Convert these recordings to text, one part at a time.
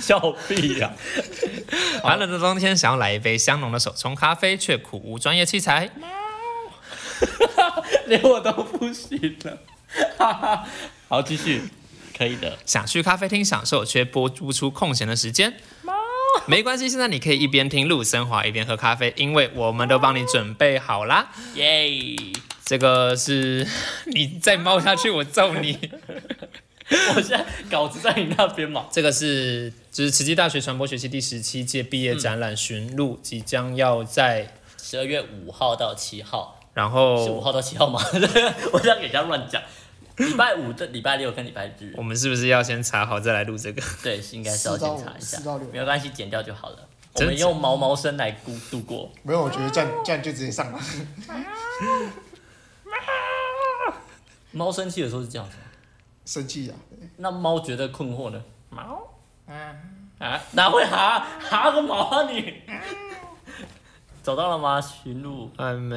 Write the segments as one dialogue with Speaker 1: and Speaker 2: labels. Speaker 1: 笑屁呀、
Speaker 2: 寒冷的冬天，想要来一杯香浓的手冲咖啡，却苦无专业器材。
Speaker 1: 连我都不行了。哈哈， 好，继续，可以的。
Speaker 2: 想去咖啡厅享受，却拨不出空闲的时间。没关系，现在你可以一边听陆森华一边喝咖啡，因为我们都帮你准备好啦。
Speaker 1: 耶、
Speaker 2: 这个是你再猫下去，我揍你。
Speaker 1: 我现在稿子在你那边嘛？
Speaker 2: 这个是就是慈济大学传播学系第十七届毕业展览巡录，即将要在，
Speaker 1: 十二月五号到七号，
Speaker 2: 然
Speaker 1: 是五
Speaker 2: 后
Speaker 1: 号到七号吗？ 我这样给人家乱讲。礼拜五的、礼拜六跟礼拜日，
Speaker 2: 我们是不是要先查好再来录这个？
Speaker 1: 对，是应该是要先查一下
Speaker 3: 四到五四到六，
Speaker 1: 没有关系，剪掉就好了。我
Speaker 2: 真
Speaker 1: 们用毛毛声来估度过。
Speaker 3: 没有，我觉得这样这样就直接上吧。
Speaker 1: 猫生气的时候是这样子，
Speaker 3: 生气啊呀、
Speaker 1: 那猫觉得困惑呢？猫，啊，哪会哈哈个毛啊你？找到了吗？寻路，
Speaker 2: 还没。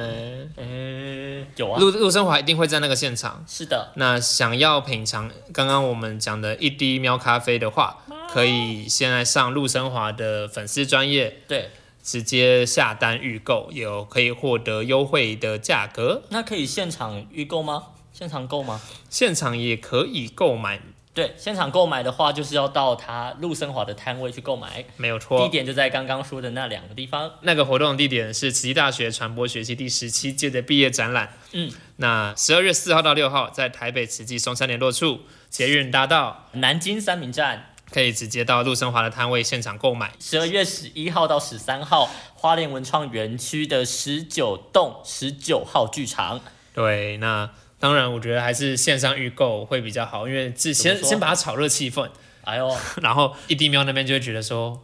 Speaker 1: 诶、有啊，
Speaker 2: 陆陆生华一定会在那个现场。
Speaker 1: 是的，
Speaker 2: 那想要品尝刚刚我们讲的一滴喵咖啡的话，可以先来上陆生华的粉丝专业，
Speaker 1: 对，
Speaker 2: 直接下单预购，有可以获得优惠的价格，
Speaker 1: 那可以现场预购吗？现场购吗？
Speaker 2: 现场也可以购买，
Speaker 1: 对，现场购买的话，就是要到他陆生华的摊位去购买，
Speaker 2: 没有错。
Speaker 1: 地点就在刚刚说的那两个地方。
Speaker 2: 那个活动的地点是慈济大学传播学系第十七届的毕业展览。
Speaker 1: 嗯，
Speaker 2: 那十二月四号到六号在台北慈济松山联络处捷运大道，
Speaker 1: 南京三明站，
Speaker 2: 可以直接到陆生华的摊位现场购买。
Speaker 1: 十二月十一号到十三号，花莲文创园区的十九栋十九号剧场。
Speaker 2: 对，那当然我觉得还是线上预购会比较好，因为是
Speaker 1: 怎么
Speaker 2: 先
Speaker 1: 说
Speaker 2: 先把它炒热气 氛，
Speaker 1: 哎呦，
Speaker 2: 然后一滴喵那边就会觉得说，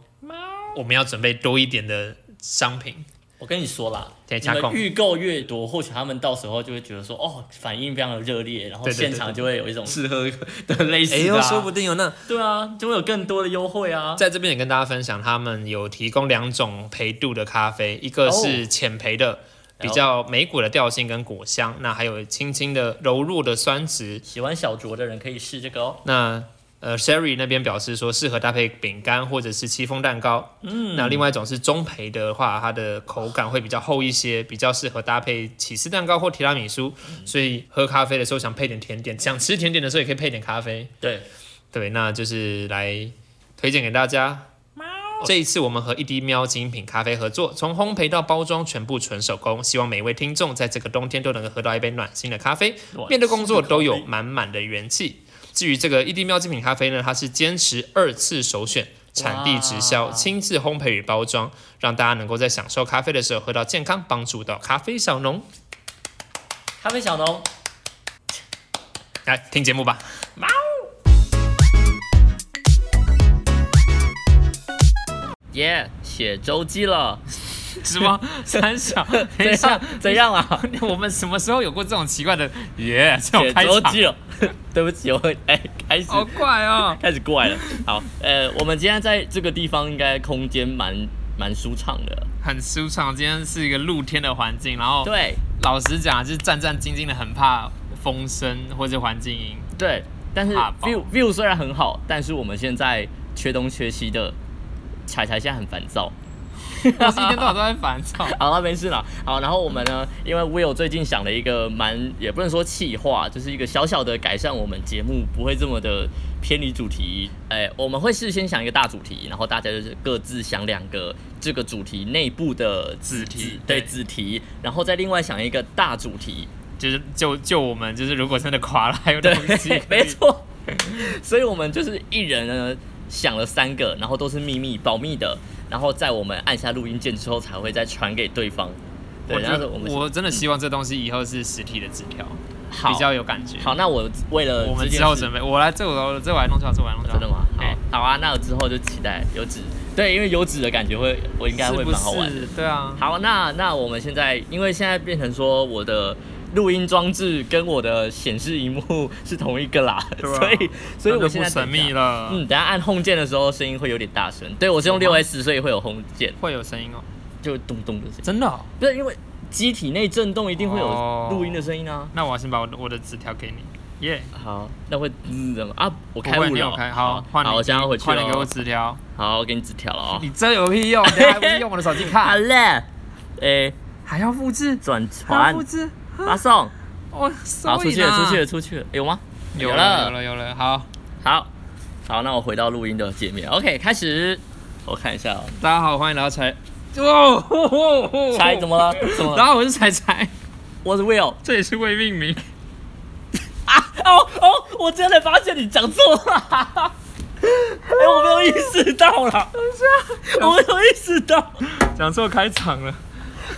Speaker 2: 我们要准备多一点的 商品。
Speaker 1: 我跟你说啦，
Speaker 2: 对
Speaker 1: 你
Speaker 2: 加
Speaker 1: 们
Speaker 2: 工
Speaker 1: 预购越多，或许他们到时候就会觉得说，哦，反应非常的热烈，然后
Speaker 2: 对对对
Speaker 1: 现场就会有一种
Speaker 2: 适合
Speaker 1: 对类似
Speaker 2: 哎
Speaker 1: 的、
Speaker 2: 呦，说
Speaker 1: 啊，
Speaker 2: 不定有那
Speaker 1: 对啊，就会有更多的优惠啊。
Speaker 2: 在这边也跟大家分享，他们有提供两种焙度的咖啡，一
Speaker 1: 哦
Speaker 2: 个是浅焙的，比较莓果的调性跟果香，那还有轻轻的柔弱的酸质。
Speaker 1: 喜欢小酌的人可以试这个哦。
Speaker 2: 那呃，Sherry 那边表示说适合搭配饼干或者是戚风蛋糕。嗯，那另外一种是中焙的话，它的口感会比较厚一些，比较适合搭配起司蛋糕或提拉米苏。所以喝咖啡的时候想配点甜点，想吃甜点的时候也可以配点咖啡。
Speaker 1: 对，
Speaker 2: 对，那就是来推荐给大家。这一次我们和一滴喵精品咖啡合作，从烘焙到包装全部纯手工，希望每位听众在这个冬天都能喝到一杯暖心的咖啡，面对工作都有满满的元气。至于这个一滴喵精品咖啡呢，它是坚持二次首选。产地直销，
Speaker 1: 哇
Speaker 2: 亲自烘焙与包装，让大家能够在享受咖啡的时候喝到健康，帮助到咖啡小农。
Speaker 1: 咖啡小农，
Speaker 2: 来听节目吧。
Speaker 1: 耶、写周记了，
Speaker 2: 什 么三小？等
Speaker 1: 怎样怎样 啊？
Speaker 2: 我们什么时候有过这种奇怪的耶、
Speaker 1: 写
Speaker 2: 这种开
Speaker 1: 周
Speaker 2: 场？
Speaker 1: 记了， 对不起，我哎、开始
Speaker 2: 好怪哦！
Speaker 1: 开始怪了。好，呃，我们今天在这个地方应该空间蛮蛮舒畅的，
Speaker 2: 很舒畅，今天是一个露天的环境，然后
Speaker 1: 对。
Speaker 2: 老实讲，就是战战兢兢的，很怕风声或者环境 音。
Speaker 1: 对，但是
Speaker 2: 怕爆
Speaker 1: view view 虽然很好，但是我们现在缺东缺西的，彩彩现在很烦躁。
Speaker 2: 我是一天到晚都在烦躁。
Speaker 1: 好了，没事了。好，然后我们呢，因为 Will 最近想了一个蛮，也不能说气话，就是一个小小的改善我们节目不会这么的偏离主题。哎，我们会事先想一个大主题，然后大家就是各自想两个这个主题内部的
Speaker 2: 子题
Speaker 1: 对
Speaker 2: 对
Speaker 1: 子题，然后再另外想一个大主题，
Speaker 2: 就是就就我们就是，如果真的垮了，还有东西可以
Speaker 1: 对，没错。所以我们就是一人呢想了三个，然后都是秘密保密的，然后在我们按下录音键之后才会再传给对方。对，
Speaker 2: 我
Speaker 1: 然
Speaker 2: 觉
Speaker 1: 后
Speaker 2: 得
Speaker 1: 我们
Speaker 2: 我真的希望这东西以后是实体的纸条，
Speaker 1: 好
Speaker 2: 比较有感觉。
Speaker 1: 好，，那我为了
Speaker 2: 我们
Speaker 1: 这件
Speaker 2: 之后
Speaker 1: 事
Speaker 2: 准备，我来这我这我来弄出来，这我来弄出来。
Speaker 1: 真的吗？
Speaker 2: 哎
Speaker 1: 好，好啊，那我之后就期待有纸。对，因为有纸的感觉会，我应该会蛮好玩的
Speaker 2: 是。不是对啊，
Speaker 1: 好，那那我们现在，因为现在变成说我的录音装置跟我的显示荧幕是同一个啦，
Speaker 2: 对 啊
Speaker 1: 所以所以
Speaker 2: 那
Speaker 1: 我
Speaker 2: 就
Speaker 1: 现
Speaker 2: 不
Speaker 1: 在
Speaker 2: 神
Speaker 1: 等一下
Speaker 2: 秘了。
Speaker 1: 嗯，等下按 home 键的时候声音会有点大声。对我是用六 S，所以会有 home 键，
Speaker 2: 会有声音哦，
Speaker 1: 就咚咚的声音。
Speaker 2: 真的、哦。
Speaker 1: 不是因为机体内震动一定会有
Speaker 2: 哦
Speaker 1: 录音的声音啊。
Speaker 2: 那我要先把我的我的纸条给你。耶、
Speaker 1: 好，那会嗯怎么啊？我
Speaker 2: 不
Speaker 1: 开
Speaker 2: 会，
Speaker 1: 悟
Speaker 2: 你有
Speaker 1: 了，
Speaker 2: 开
Speaker 1: 好
Speaker 2: 好，，换你，
Speaker 1: 好，我现在回去
Speaker 2: 快点给我
Speaker 1: 了，哦
Speaker 2: 纸条。
Speaker 1: 好，我给你纸条了哦。
Speaker 2: 你这有屁用？你还不是用我的手机
Speaker 1: 好
Speaker 2: 看？
Speaker 1: 嘞，诶，
Speaker 2: 还要复制？
Speaker 1: 转
Speaker 2: 还
Speaker 1: 传
Speaker 2: 要复，制？
Speaker 1: 发送，
Speaker 2: 我
Speaker 1: 好，
Speaker 2: 好
Speaker 1: 出去了，出去了，出去了，有吗？
Speaker 2: 有了，有了，有了。好，
Speaker 1: 好，好，那我回到录音的界面，OK，开始，我看一下哦，
Speaker 2: 大家好，欢迎来到柴。哦，吼吼吼
Speaker 1: 猜怎么？了？怎么
Speaker 2: 然
Speaker 1: 了？
Speaker 2: 后我是柴柴，
Speaker 1: 我是 Will
Speaker 2: 这也是未命名。
Speaker 1: 啊， 哦哦，我真的发现你讲错了。 哎、我没有意识到 啦，我没有意识到，
Speaker 2: 讲错开场了，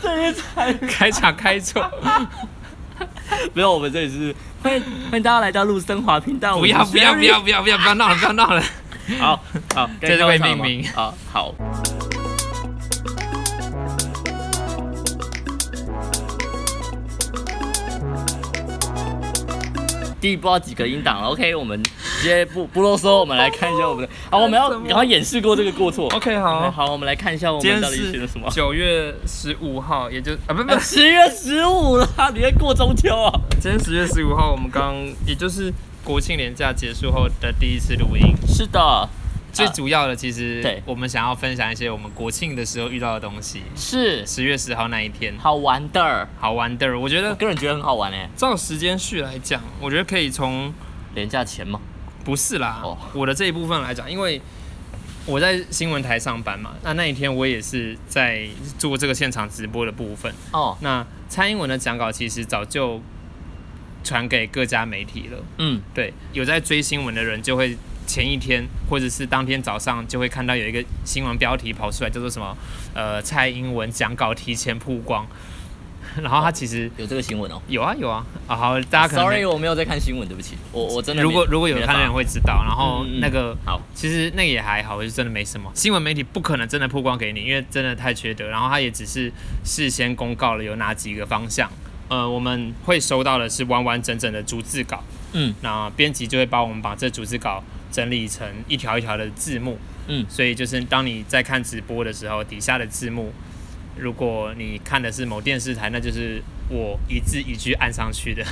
Speaker 1: 这边才
Speaker 2: 开场开错。
Speaker 1: 没有，我们这里是欢迎欢迎大家来到陆生华频道，
Speaker 2: 不要，不要，不要，不要，不要，不要闹了，不要闹了。
Speaker 1: 好好，
Speaker 2: 这是
Speaker 1: 会
Speaker 2: 被命名
Speaker 1: 啊，好。第不知道几个音档了，OK，我们直接不不啰嗦，我们来看一下我 们的，好，我们要赶快演示过这个过错。
Speaker 2: OK，
Speaker 1: OK，
Speaker 2: 好。
Speaker 1: 好，我们来看一下我
Speaker 2: 今
Speaker 1: 们
Speaker 2: 天
Speaker 1: 到底选
Speaker 2: 是
Speaker 1: 了什么。
Speaker 2: 九月十五号，也就啊，不 不，
Speaker 1: 十月十五了，你在过中秋啊？
Speaker 2: 今天十月十五号，我们刚也就是国庆连假结束后的第一次录音。
Speaker 1: 是的，
Speaker 2: 最主要的，其实
Speaker 1: 对
Speaker 2: 我们想要分享一些我们国庆的时候遇到的东西。
Speaker 1: 是
Speaker 2: 十月十号那一天，
Speaker 1: 好玩的，
Speaker 2: 好玩的，我觉
Speaker 1: 我
Speaker 2: 得
Speaker 1: 个人觉得很好玩哎。
Speaker 2: 照时间序来讲，我觉得可以从
Speaker 1: 廉价钱吗？
Speaker 2: 不是啦，
Speaker 1: 哦
Speaker 2: 我的这一部分来讲，因为我在新闻台上班嘛，那那一天我也是在做这个现场直播的部分。
Speaker 1: 哦，
Speaker 2: 那蔡英文的讲稿其实早就传给各家媒体了。
Speaker 1: 嗯，
Speaker 2: 对，有在追新闻的人就会前一天或者是当天早上就会看到有一个新闻标题跑出来，叫做什么？呃，蔡英文讲稿提前曝光。然后他其实
Speaker 1: 有这个新闻哦。
Speaker 2: 有啊有啊，啊好，大家可能
Speaker 1: Sorry，我没有在看新闻，对不起，我我真的没
Speaker 2: 如果如果有
Speaker 1: 没
Speaker 2: 看的
Speaker 1: 办
Speaker 2: 人
Speaker 1: 法
Speaker 2: 会知道。然后
Speaker 1: 嗯嗯嗯
Speaker 2: 那个
Speaker 1: 好，
Speaker 2: 其实那个也还好，就真的没什么。新闻媒体不可能真的曝光给你，因为真的太缺德。然后他也只是事先公告了有哪几个方向。呃，我们会收到的是完完整整的逐字稿，
Speaker 1: 嗯，
Speaker 2: 那编辑就会帮我们把这逐字稿整理成一条一条的字幕，
Speaker 1: 嗯
Speaker 2: 所以就是当你在看直播的时候，底下的字幕，如果你看的是某电视台，那就是我一字一句按上去的，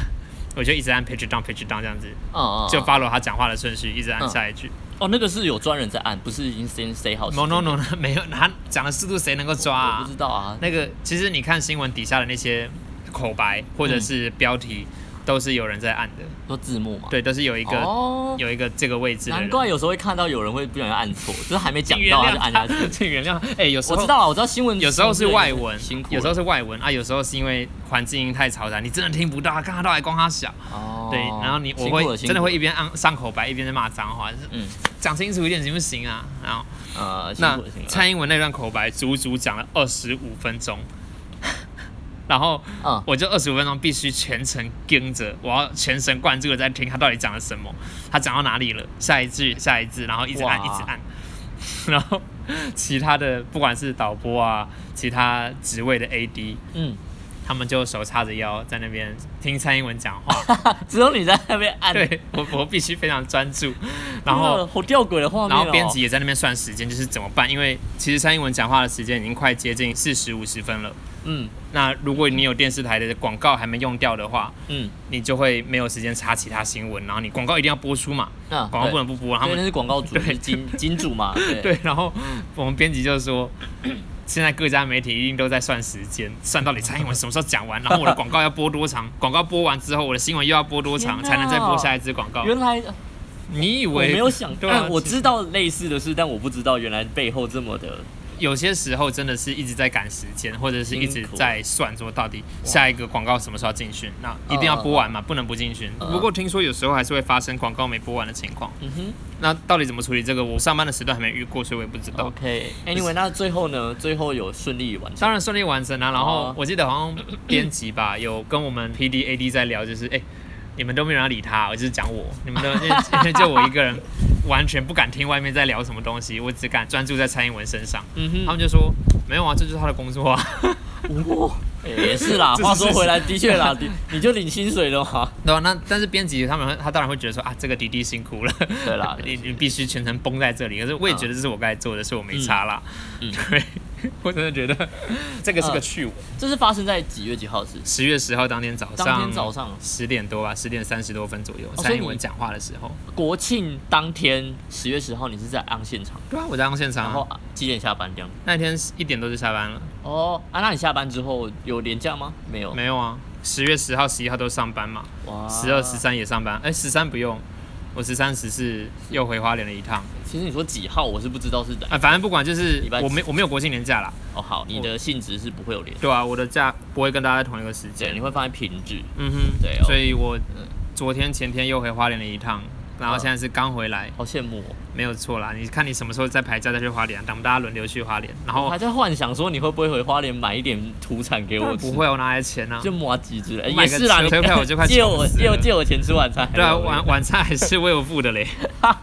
Speaker 2: 我就一直按 page down page down 这样子，
Speaker 1: 嗯嗯，
Speaker 2: 就
Speaker 1: 嗯
Speaker 2: follow 他讲话的顺序，一直按
Speaker 1: 嗯
Speaker 2: 下一句。
Speaker 1: 哦，那个是有专人在按，不是已经先 say 好时间
Speaker 2: no no no，no，没 有，他讲的速度谁能够抓
Speaker 1: 我不
Speaker 2: 啊
Speaker 1: 知？道啊。
Speaker 2: 那个其实你看新闻底下的那些口白或
Speaker 1: 嗯
Speaker 2: 者是标题，都是有人在按的，
Speaker 1: 说字幕嘛，
Speaker 2: 对，都是有一个
Speaker 1: 哦，
Speaker 2: 有一个这个位置的人。
Speaker 1: 难怪有时候会看到有人会不小心按错，就是还没讲
Speaker 2: 请原
Speaker 1: 到他
Speaker 2: 谅
Speaker 1: 就按下
Speaker 2: 他
Speaker 1: 去。
Speaker 2: 请原谅。哎、有时
Speaker 1: 我知
Speaker 2: 候
Speaker 1: 道啊，我知道新闻
Speaker 2: 有时候是外文
Speaker 1: 辛，苦了，
Speaker 2: 有时候是外文啊，有时候是因为环境音太嘈杂，你真的听不到，啊看他到底光他小。
Speaker 1: 哦，
Speaker 2: 对，然后你我
Speaker 1: 辛苦了
Speaker 2: 会真的会，一
Speaker 1: 辛
Speaker 2: 边按上口白一边在骂脏话，就是
Speaker 1: 苦了嗯
Speaker 2: 讲清楚一点行不行啊？然后
Speaker 1: 呃，辛
Speaker 2: 那
Speaker 1: 苦了辛苦了
Speaker 2: 蔡英文那段口白足足讲了二十五分钟， 然后
Speaker 1: 嗯
Speaker 2: 我就二十五分钟必须全程跟着，我要全神贯注的在听他到底讲了什么，他讲到哪里了，下一句下一句，然后一直按
Speaker 1: 哇
Speaker 2: 一直按， 然后其他的不管是导播啊，其他职位的 AD，
Speaker 1: 嗯，
Speaker 2: 他们就手叉着腰在那边听蔡英文讲话，
Speaker 1: 只有你在那边按，天
Speaker 2: 对我我必须非常专注，
Speaker 1: 啊，
Speaker 2: 然后。
Speaker 1: 好吊诡的画面
Speaker 2: 然
Speaker 1: 哦，
Speaker 2: 后编辑也在那边算时间，就是怎么办？因为其实蔡英文讲话的时间已经快接近四十五十分了。
Speaker 1: 嗯
Speaker 2: 那如果你有电视台的广告还没用掉的话，
Speaker 1: 嗯，
Speaker 2: 你就会没有时间插其他新闻，然后你广告一定要播出嘛，
Speaker 1: 那
Speaker 2: 广告不能不播。然
Speaker 1: 啊
Speaker 2: 后
Speaker 1: 对
Speaker 2: 他
Speaker 1: 那
Speaker 2: 们
Speaker 1: 是广告主，是金金主嘛，对
Speaker 2: 对，然后我们编辑就说，现在各家媒体一定都在算时间，算到底蔡英文什么时候讲完，然后我的广告要播多长， 广告播完之后我的新闻又要播多长，
Speaker 1: 天哪
Speaker 2: 才能再播下一支广告。
Speaker 1: 原来
Speaker 2: 你以
Speaker 1: 我
Speaker 2: 为
Speaker 1: 没有想
Speaker 2: 对啊
Speaker 1: 哎到，我
Speaker 2: 其实
Speaker 1: 知道类似的事，但我不知道原来背后这么的
Speaker 2: 有些时候真的是一直在赶时间，或者是一直在算说到底下一个广告什么时候要进群，那一定要播完嘛，不能不进群。
Speaker 1: 嗯
Speaker 2: 不过听说有时候还是会发生广告没播完的情况，
Speaker 1: 嗯哼。
Speaker 2: 那到底怎么处理这个？我上班的时段还没遇过，所以我也不知道。
Speaker 1: OK，Anyway，、那最后呢？最后有顺利完成。
Speaker 2: 当然顺利完成啊，然
Speaker 1: 哦
Speaker 2: 后我记得好像编辑吧 有跟我们 P D A D 在聊，就是哎、你们都没有人要理他，我就是讲我，你们都因为因为就我一个人，完全不敢听外面在聊什么东西，我只敢专注在蔡英文身上。
Speaker 1: 嗯
Speaker 2: 他们就说没有啊，这就是他的工作啊。
Speaker 1: 哼，哇、哎也是 啦。
Speaker 2: 这是
Speaker 1: 话说回来，的确 啦，你你就领薪水了嘛。
Speaker 2: 对啊，那但是编辑他们他当然会觉得说啊，这个弟弟辛苦了，
Speaker 1: 对啦
Speaker 2: 你你必须全程绷在这里。可是我也觉得这是我该做的，所以我没差啦。
Speaker 1: 嗯
Speaker 2: 对， 我真的觉得这个是个趣闻。
Speaker 1: 这是发生在几月几号是？
Speaker 2: 十、月十号当天早上，
Speaker 1: 当天早上
Speaker 2: 十点多吧，十点三十多分左右，
Speaker 1: 哦
Speaker 2: 蔡
Speaker 1: 所以
Speaker 2: 英文
Speaker 1: 你
Speaker 2: 讲话的时候。
Speaker 1: 国庆当天，十月十号，你是在昂现场，
Speaker 2: 对啊，我在当现
Speaker 1: 然
Speaker 2: 场
Speaker 1: 后
Speaker 2: 啊，
Speaker 1: 啊几点下班这样？
Speaker 2: 那天一点多就下班了。
Speaker 1: 哦，啊，那你下班之后有连假吗？没有，
Speaker 2: 没有啊，十月十号、十一号都上班嘛，
Speaker 1: 哇
Speaker 2: 十二、十。三也上班。哎、十三不用，我十三、十四又回花莲了一趟。
Speaker 1: 其实你说几号，我是不知道是哪。
Speaker 2: 啊，反正不管，就是
Speaker 1: 礼拜
Speaker 2: 我没我没有国庆年假啦，
Speaker 1: 哦，好，你的性质是不会有连，
Speaker 2: 对啊，我的假不会跟大家在同一个时
Speaker 1: 对，
Speaker 2: 间
Speaker 1: 你。会放在平日。
Speaker 2: 嗯哼，
Speaker 1: 对哦
Speaker 2: 所以我昨天前天又回花莲了一趟，然后
Speaker 1: 嗯
Speaker 2: 现在是刚回来，
Speaker 1: 好羡慕哦
Speaker 2: 没有错啦。你看你什么时候再排假再去花莲啊，咱们大家轮流去花莲，然
Speaker 1: 哦！我
Speaker 2: 后
Speaker 1: 还在幻想说你会不会回花莲买一点土产给我吃？
Speaker 2: 不，会我拿来钱呢、啊，
Speaker 1: 就麻吉之类。
Speaker 2: 我买
Speaker 1: 也
Speaker 2: 个
Speaker 1: 是啦，
Speaker 2: 车
Speaker 1: 你
Speaker 2: 票我就快
Speaker 1: 借我
Speaker 2: 穷死
Speaker 1: 借我
Speaker 2: 了
Speaker 1: 借我钱吃晚餐。
Speaker 2: 对啊，
Speaker 1: 还有
Speaker 2: 晚晚餐还是我有付的嘞。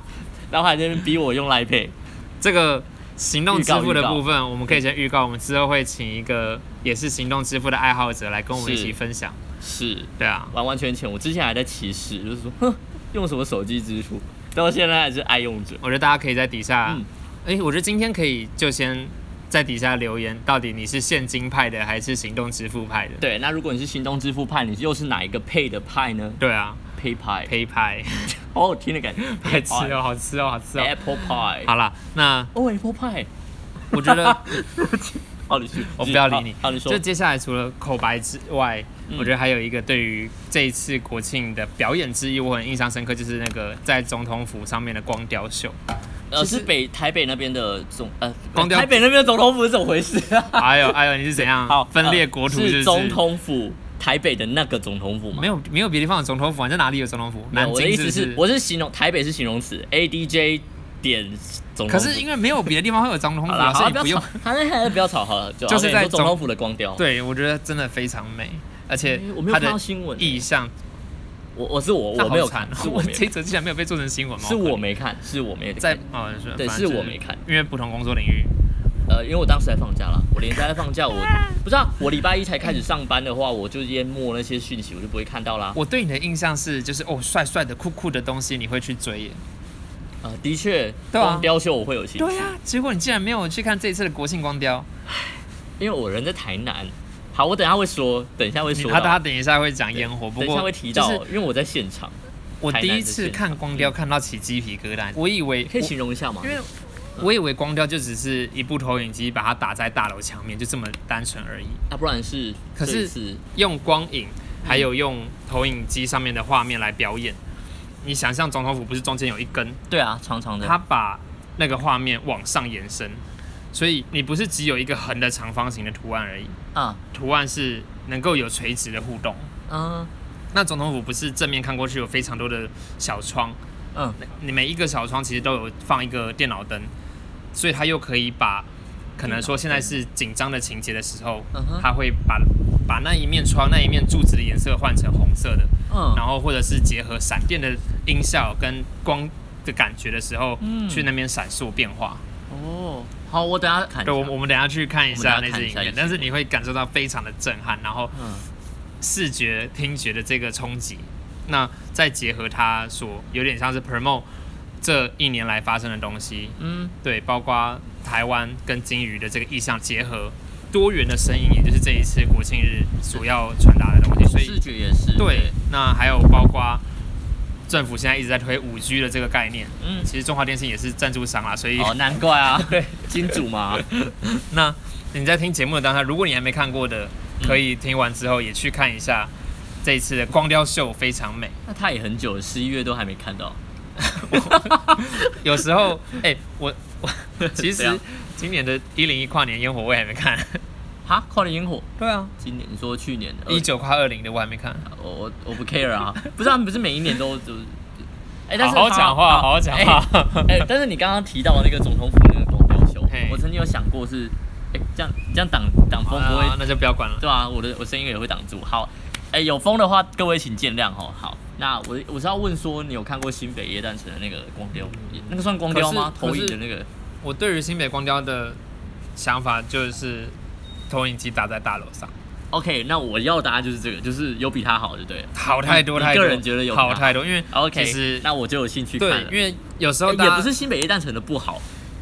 Speaker 1: 然后还在那边逼我用 Line Pay。
Speaker 2: 这个行动支付
Speaker 1: 预
Speaker 2: 的
Speaker 1: 告
Speaker 2: 部分，我们可以先预告，我们之后会请一个也是行动支付的爱好者来跟我们一
Speaker 1: 是
Speaker 2: 起分享。
Speaker 1: 是，
Speaker 2: 对啊，
Speaker 1: 完完全全，我之前还在歧视，就是说，哼，用什么手机支付，到现在还是爱用者。
Speaker 2: 我觉得大家可以在底下
Speaker 1: 嗯，
Speaker 2: 哎、我觉得今天可以就先在底下留言，到底你是现金派的还是行动支付派的？
Speaker 1: 对，那如果你是行动支付派，你又是哪一个配的派呢
Speaker 2: 对啊
Speaker 1: ？Pay 派，
Speaker 2: ，Pay 派，
Speaker 1: 好好听的感觉，
Speaker 2: 好吃哦，好吃哦，好吃哦。
Speaker 1: Apple Pie，
Speaker 2: 好啦，那
Speaker 1: 哦 Apple Pie，
Speaker 2: 我 觉得
Speaker 1: 好你去，
Speaker 2: 我不要理
Speaker 1: 好
Speaker 2: 你
Speaker 1: 好你说嗯
Speaker 2: 就，接下来除了口白之外，我觉得还有一个对于这一次国庆的表演之一，我很印象深刻，就是那个在总统府上面的光雕秀。
Speaker 1: 呃
Speaker 2: 其实
Speaker 1: 是北台北那边的总呃，
Speaker 2: 光雕
Speaker 1: 台北那边的总统府是怎么回事 啊？
Speaker 2: 哎呦哎呦，你是怎样？
Speaker 1: 好，
Speaker 2: 分裂
Speaker 1: 呃
Speaker 2: 国土
Speaker 1: 是
Speaker 2: 不
Speaker 1: 总统府，台北的那个总统府吗？
Speaker 2: 没有没有别的地方有总统府，啊，在哪里有总统府？
Speaker 1: 没有
Speaker 2: 南
Speaker 1: 我的
Speaker 2: 京
Speaker 1: 意
Speaker 2: 是不
Speaker 1: 思
Speaker 2: 是？
Speaker 1: 我是形容台北是形容词，ADJ 点总
Speaker 2: 可
Speaker 1: 统府。
Speaker 2: 是因为没有别的地方会有总统府
Speaker 1: 好
Speaker 2: 啊，
Speaker 1: 了，
Speaker 2: 所
Speaker 1: 好
Speaker 2: 以
Speaker 1: 啦，
Speaker 2: 你
Speaker 1: 不
Speaker 2: 不
Speaker 1: 要
Speaker 2: 用
Speaker 1: 吵。， 好了，还是不要吵好了，就
Speaker 2: 就是
Speaker 1: 好
Speaker 2: 在
Speaker 1: 你说
Speaker 2: 总
Speaker 1: 总统府的光雕。
Speaker 2: 对，我觉得真的非常美，而且
Speaker 1: 哎嗯诶，我没有
Speaker 2: 它
Speaker 1: 看
Speaker 2: 的
Speaker 1: 到新闻，欸
Speaker 2: 意象，
Speaker 1: 我我是我
Speaker 2: 那
Speaker 1: 我
Speaker 2: 好
Speaker 1: 没有
Speaker 2: 惨
Speaker 1: 看
Speaker 2: 哦，
Speaker 1: 是我
Speaker 2: 我
Speaker 1: 没有
Speaker 2: 这一则竟然没有被做成新闻吗？
Speaker 1: 是我没看，是我没有
Speaker 2: 在
Speaker 1: 看。
Speaker 2: 哦，是
Speaker 1: 对
Speaker 2: 反正
Speaker 1: 是
Speaker 2: 就是
Speaker 1: 我没看，
Speaker 2: 因为不同工作领域。
Speaker 1: 呃，因为我当时在放假啦，我连假在放假，我不知道，我礼拜一才开始上班的话，我就淹没那些讯息，我就不会看到啦。
Speaker 2: 我对你的印象是，就是哦，帅帅的、酷酷的东西，你会去追耶。
Speaker 1: 呃，的确，
Speaker 2: 对啊
Speaker 1: 光雕秀我会有兴
Speaker 2: 对
Speaker 1: 趣，
Speaker 2: 啊，结果你竟然没有去看这一次的国庆光雕。
Speaker 1: 因为我人在台南。好，我等一下会说，等一下会
Speaker 2: 你
Speaker 1: 说
Speaker 2: 他
Speaker 1: 到，
Speaker 2: 他等一下会讲烟火，不
Speaker 1: 等一
Speaker 2: 过
Speaker 1: 下会提
Speaker 2: 就
Speaker 1: 到
Speaker 2: 是，
Speaker 1: 因为我在现场，
Speaker 2: 我第一
Speaker 1: 台
Speaker 2: 次
Speaker 1: 南
Speaker 2: 看光雕看到起鸡皮疙瘩，我以为
Speaker 1: 嗯可以形容一下吗
Speaker 2: 我，？因为我以为光雕就只是一部投影机把它打在大楼墙面，就这么单纯而已。
Speaker 1: 啊，不然是
Speaker 2: 可是
Speaker 1: 这一次
Speaker 2: 用光影，还有用投影机上面的画面来表演。你想象总统府不是中间有一根，
Speaker 1: 对啊，长长的，
Speaker 2: 它把那个画面往上延伸，所以你不是只有一个横的长方形的图案而已，
Speaker 1: 啊，
Speaker 2: 图案是能够有垂直的互动。
Speaker 1: 嗯
Speaker 2: 那总统府不是正面看过去有非常多的小窗，
Speaker 1: 嗯，
Speaker 2: 你每一个小窗其实都有放一个电脑灯，所以它又可以把可能说现在是紧张的情节的时候
Speaker 1: 嗯哼，
Speaker 2: 它会把把那一面窗那一面柱子的颜色换成红色的，
Speaker 1: 嗯
Speaker 2: 然后或者是结合闪电的音效跟光的感觉的时候，
Speaker 1: 嗯
Speaker 2: 去那边闪烁变化。
Speaker 1: 哦，好，我等一下看一下。
Speaker 2: 对，我我们等一下去看一下
Speaker 1: 我
Speaker 2: 那
Speaker 1: 们等一下
Speaker 2: 支影
Speaker 1: 看一
Speaker 2: 片
Speaker 1: 下，
Speaker 2: 但是你会感受到非常的震撼，然后
Speaker 1: 嗯
Speaker 2: 视觉、听觉的这个冲击，那再结合它所有点像是 promo 这一年来发生的东西，
Speaker 1: 嗯，
Speaker 2: 对，包括台湾跟金鱼的这个意象结合，多元的声音，也就是这一次国庆日所要传达的东西，所以
Speaker 1: 视觉也是
Speaker 2: 对，，那还有包括政府现在一直在推五 G 的这个概念，
Speaker 1: 嗯，
Speaker 2: 其实中华电信也是赞助商啦，所以
Speaker 1: 哦，难怪啊，对，金主嘛，
Speaker 2: 那你在听节目的当下，如果你还没看过的，可以听完之后也去看一下这一次的光雕秀，非常美。
Speaker 1: 那他也很久了，十一月都还没看到，
Speaker 2: 有时 候，哎、我我 其
Speaker 1: 怎
Speaker 2: 实
Speaker 1: 样
Speaker 2: 今年的一零一跨年烟火我也还没看。
Speaker 1: 哈，跨年烟火，
Speaker 2: 对啊，
Speaker 1: 今年你说去年的
Speaker 2: 一，九跨二零的我还没看。
Speaker 1: 20我我我不 care 啊，不是他们不是每一年都就是，哎，但是
Speaker 2: 好好讲话，好好讲话。
Speaker 1: 哎哎，但是你刚刚提到那个总统府那个光雕秀
Speaker 2: 嘿，
Speaker 1: 我曾经有想过是，哎，这样这样挡挡风不会
Speaker 2: 啊，那就不要管了。
Speaker 1: 对啊，我的我声音也会挡住。好，哎、有风的话，各位请见谅哦。好，那我我是要问说，你有看过新北耶诞城的那个光雕？那个算光雕吗？
Speaker 2: 可
Speaker 1: 投
Speaker 2: 是
Speaker 1: 影的那个？
Speaker 2: 我对于新北光雕的想法就是投影机打在大楼上，
Speaker 1: OK，那我要的答案就是这个，就是有比它好，对不对
Speaker 2: 好太多
Speaker 1: 你
Speaker 2: 太多。
Speaker 1: 个人觉得有
Speaker 2: 好
Speaker 1: 吗
Speaker 2: 太多，因为
Speaker 1: ？OK，
Speaker 2: 其实
Speaker 1: 那我就有兴趣看
Speaker 2: 对，
Speaker 1: 了。
Speaker 2: 因为有时
Speaker 1: 哎
Speaker 2: 候大
Speaker 1: 也
Speaker 2: 家
Speaker 1: 不是新北耶诞城的不好，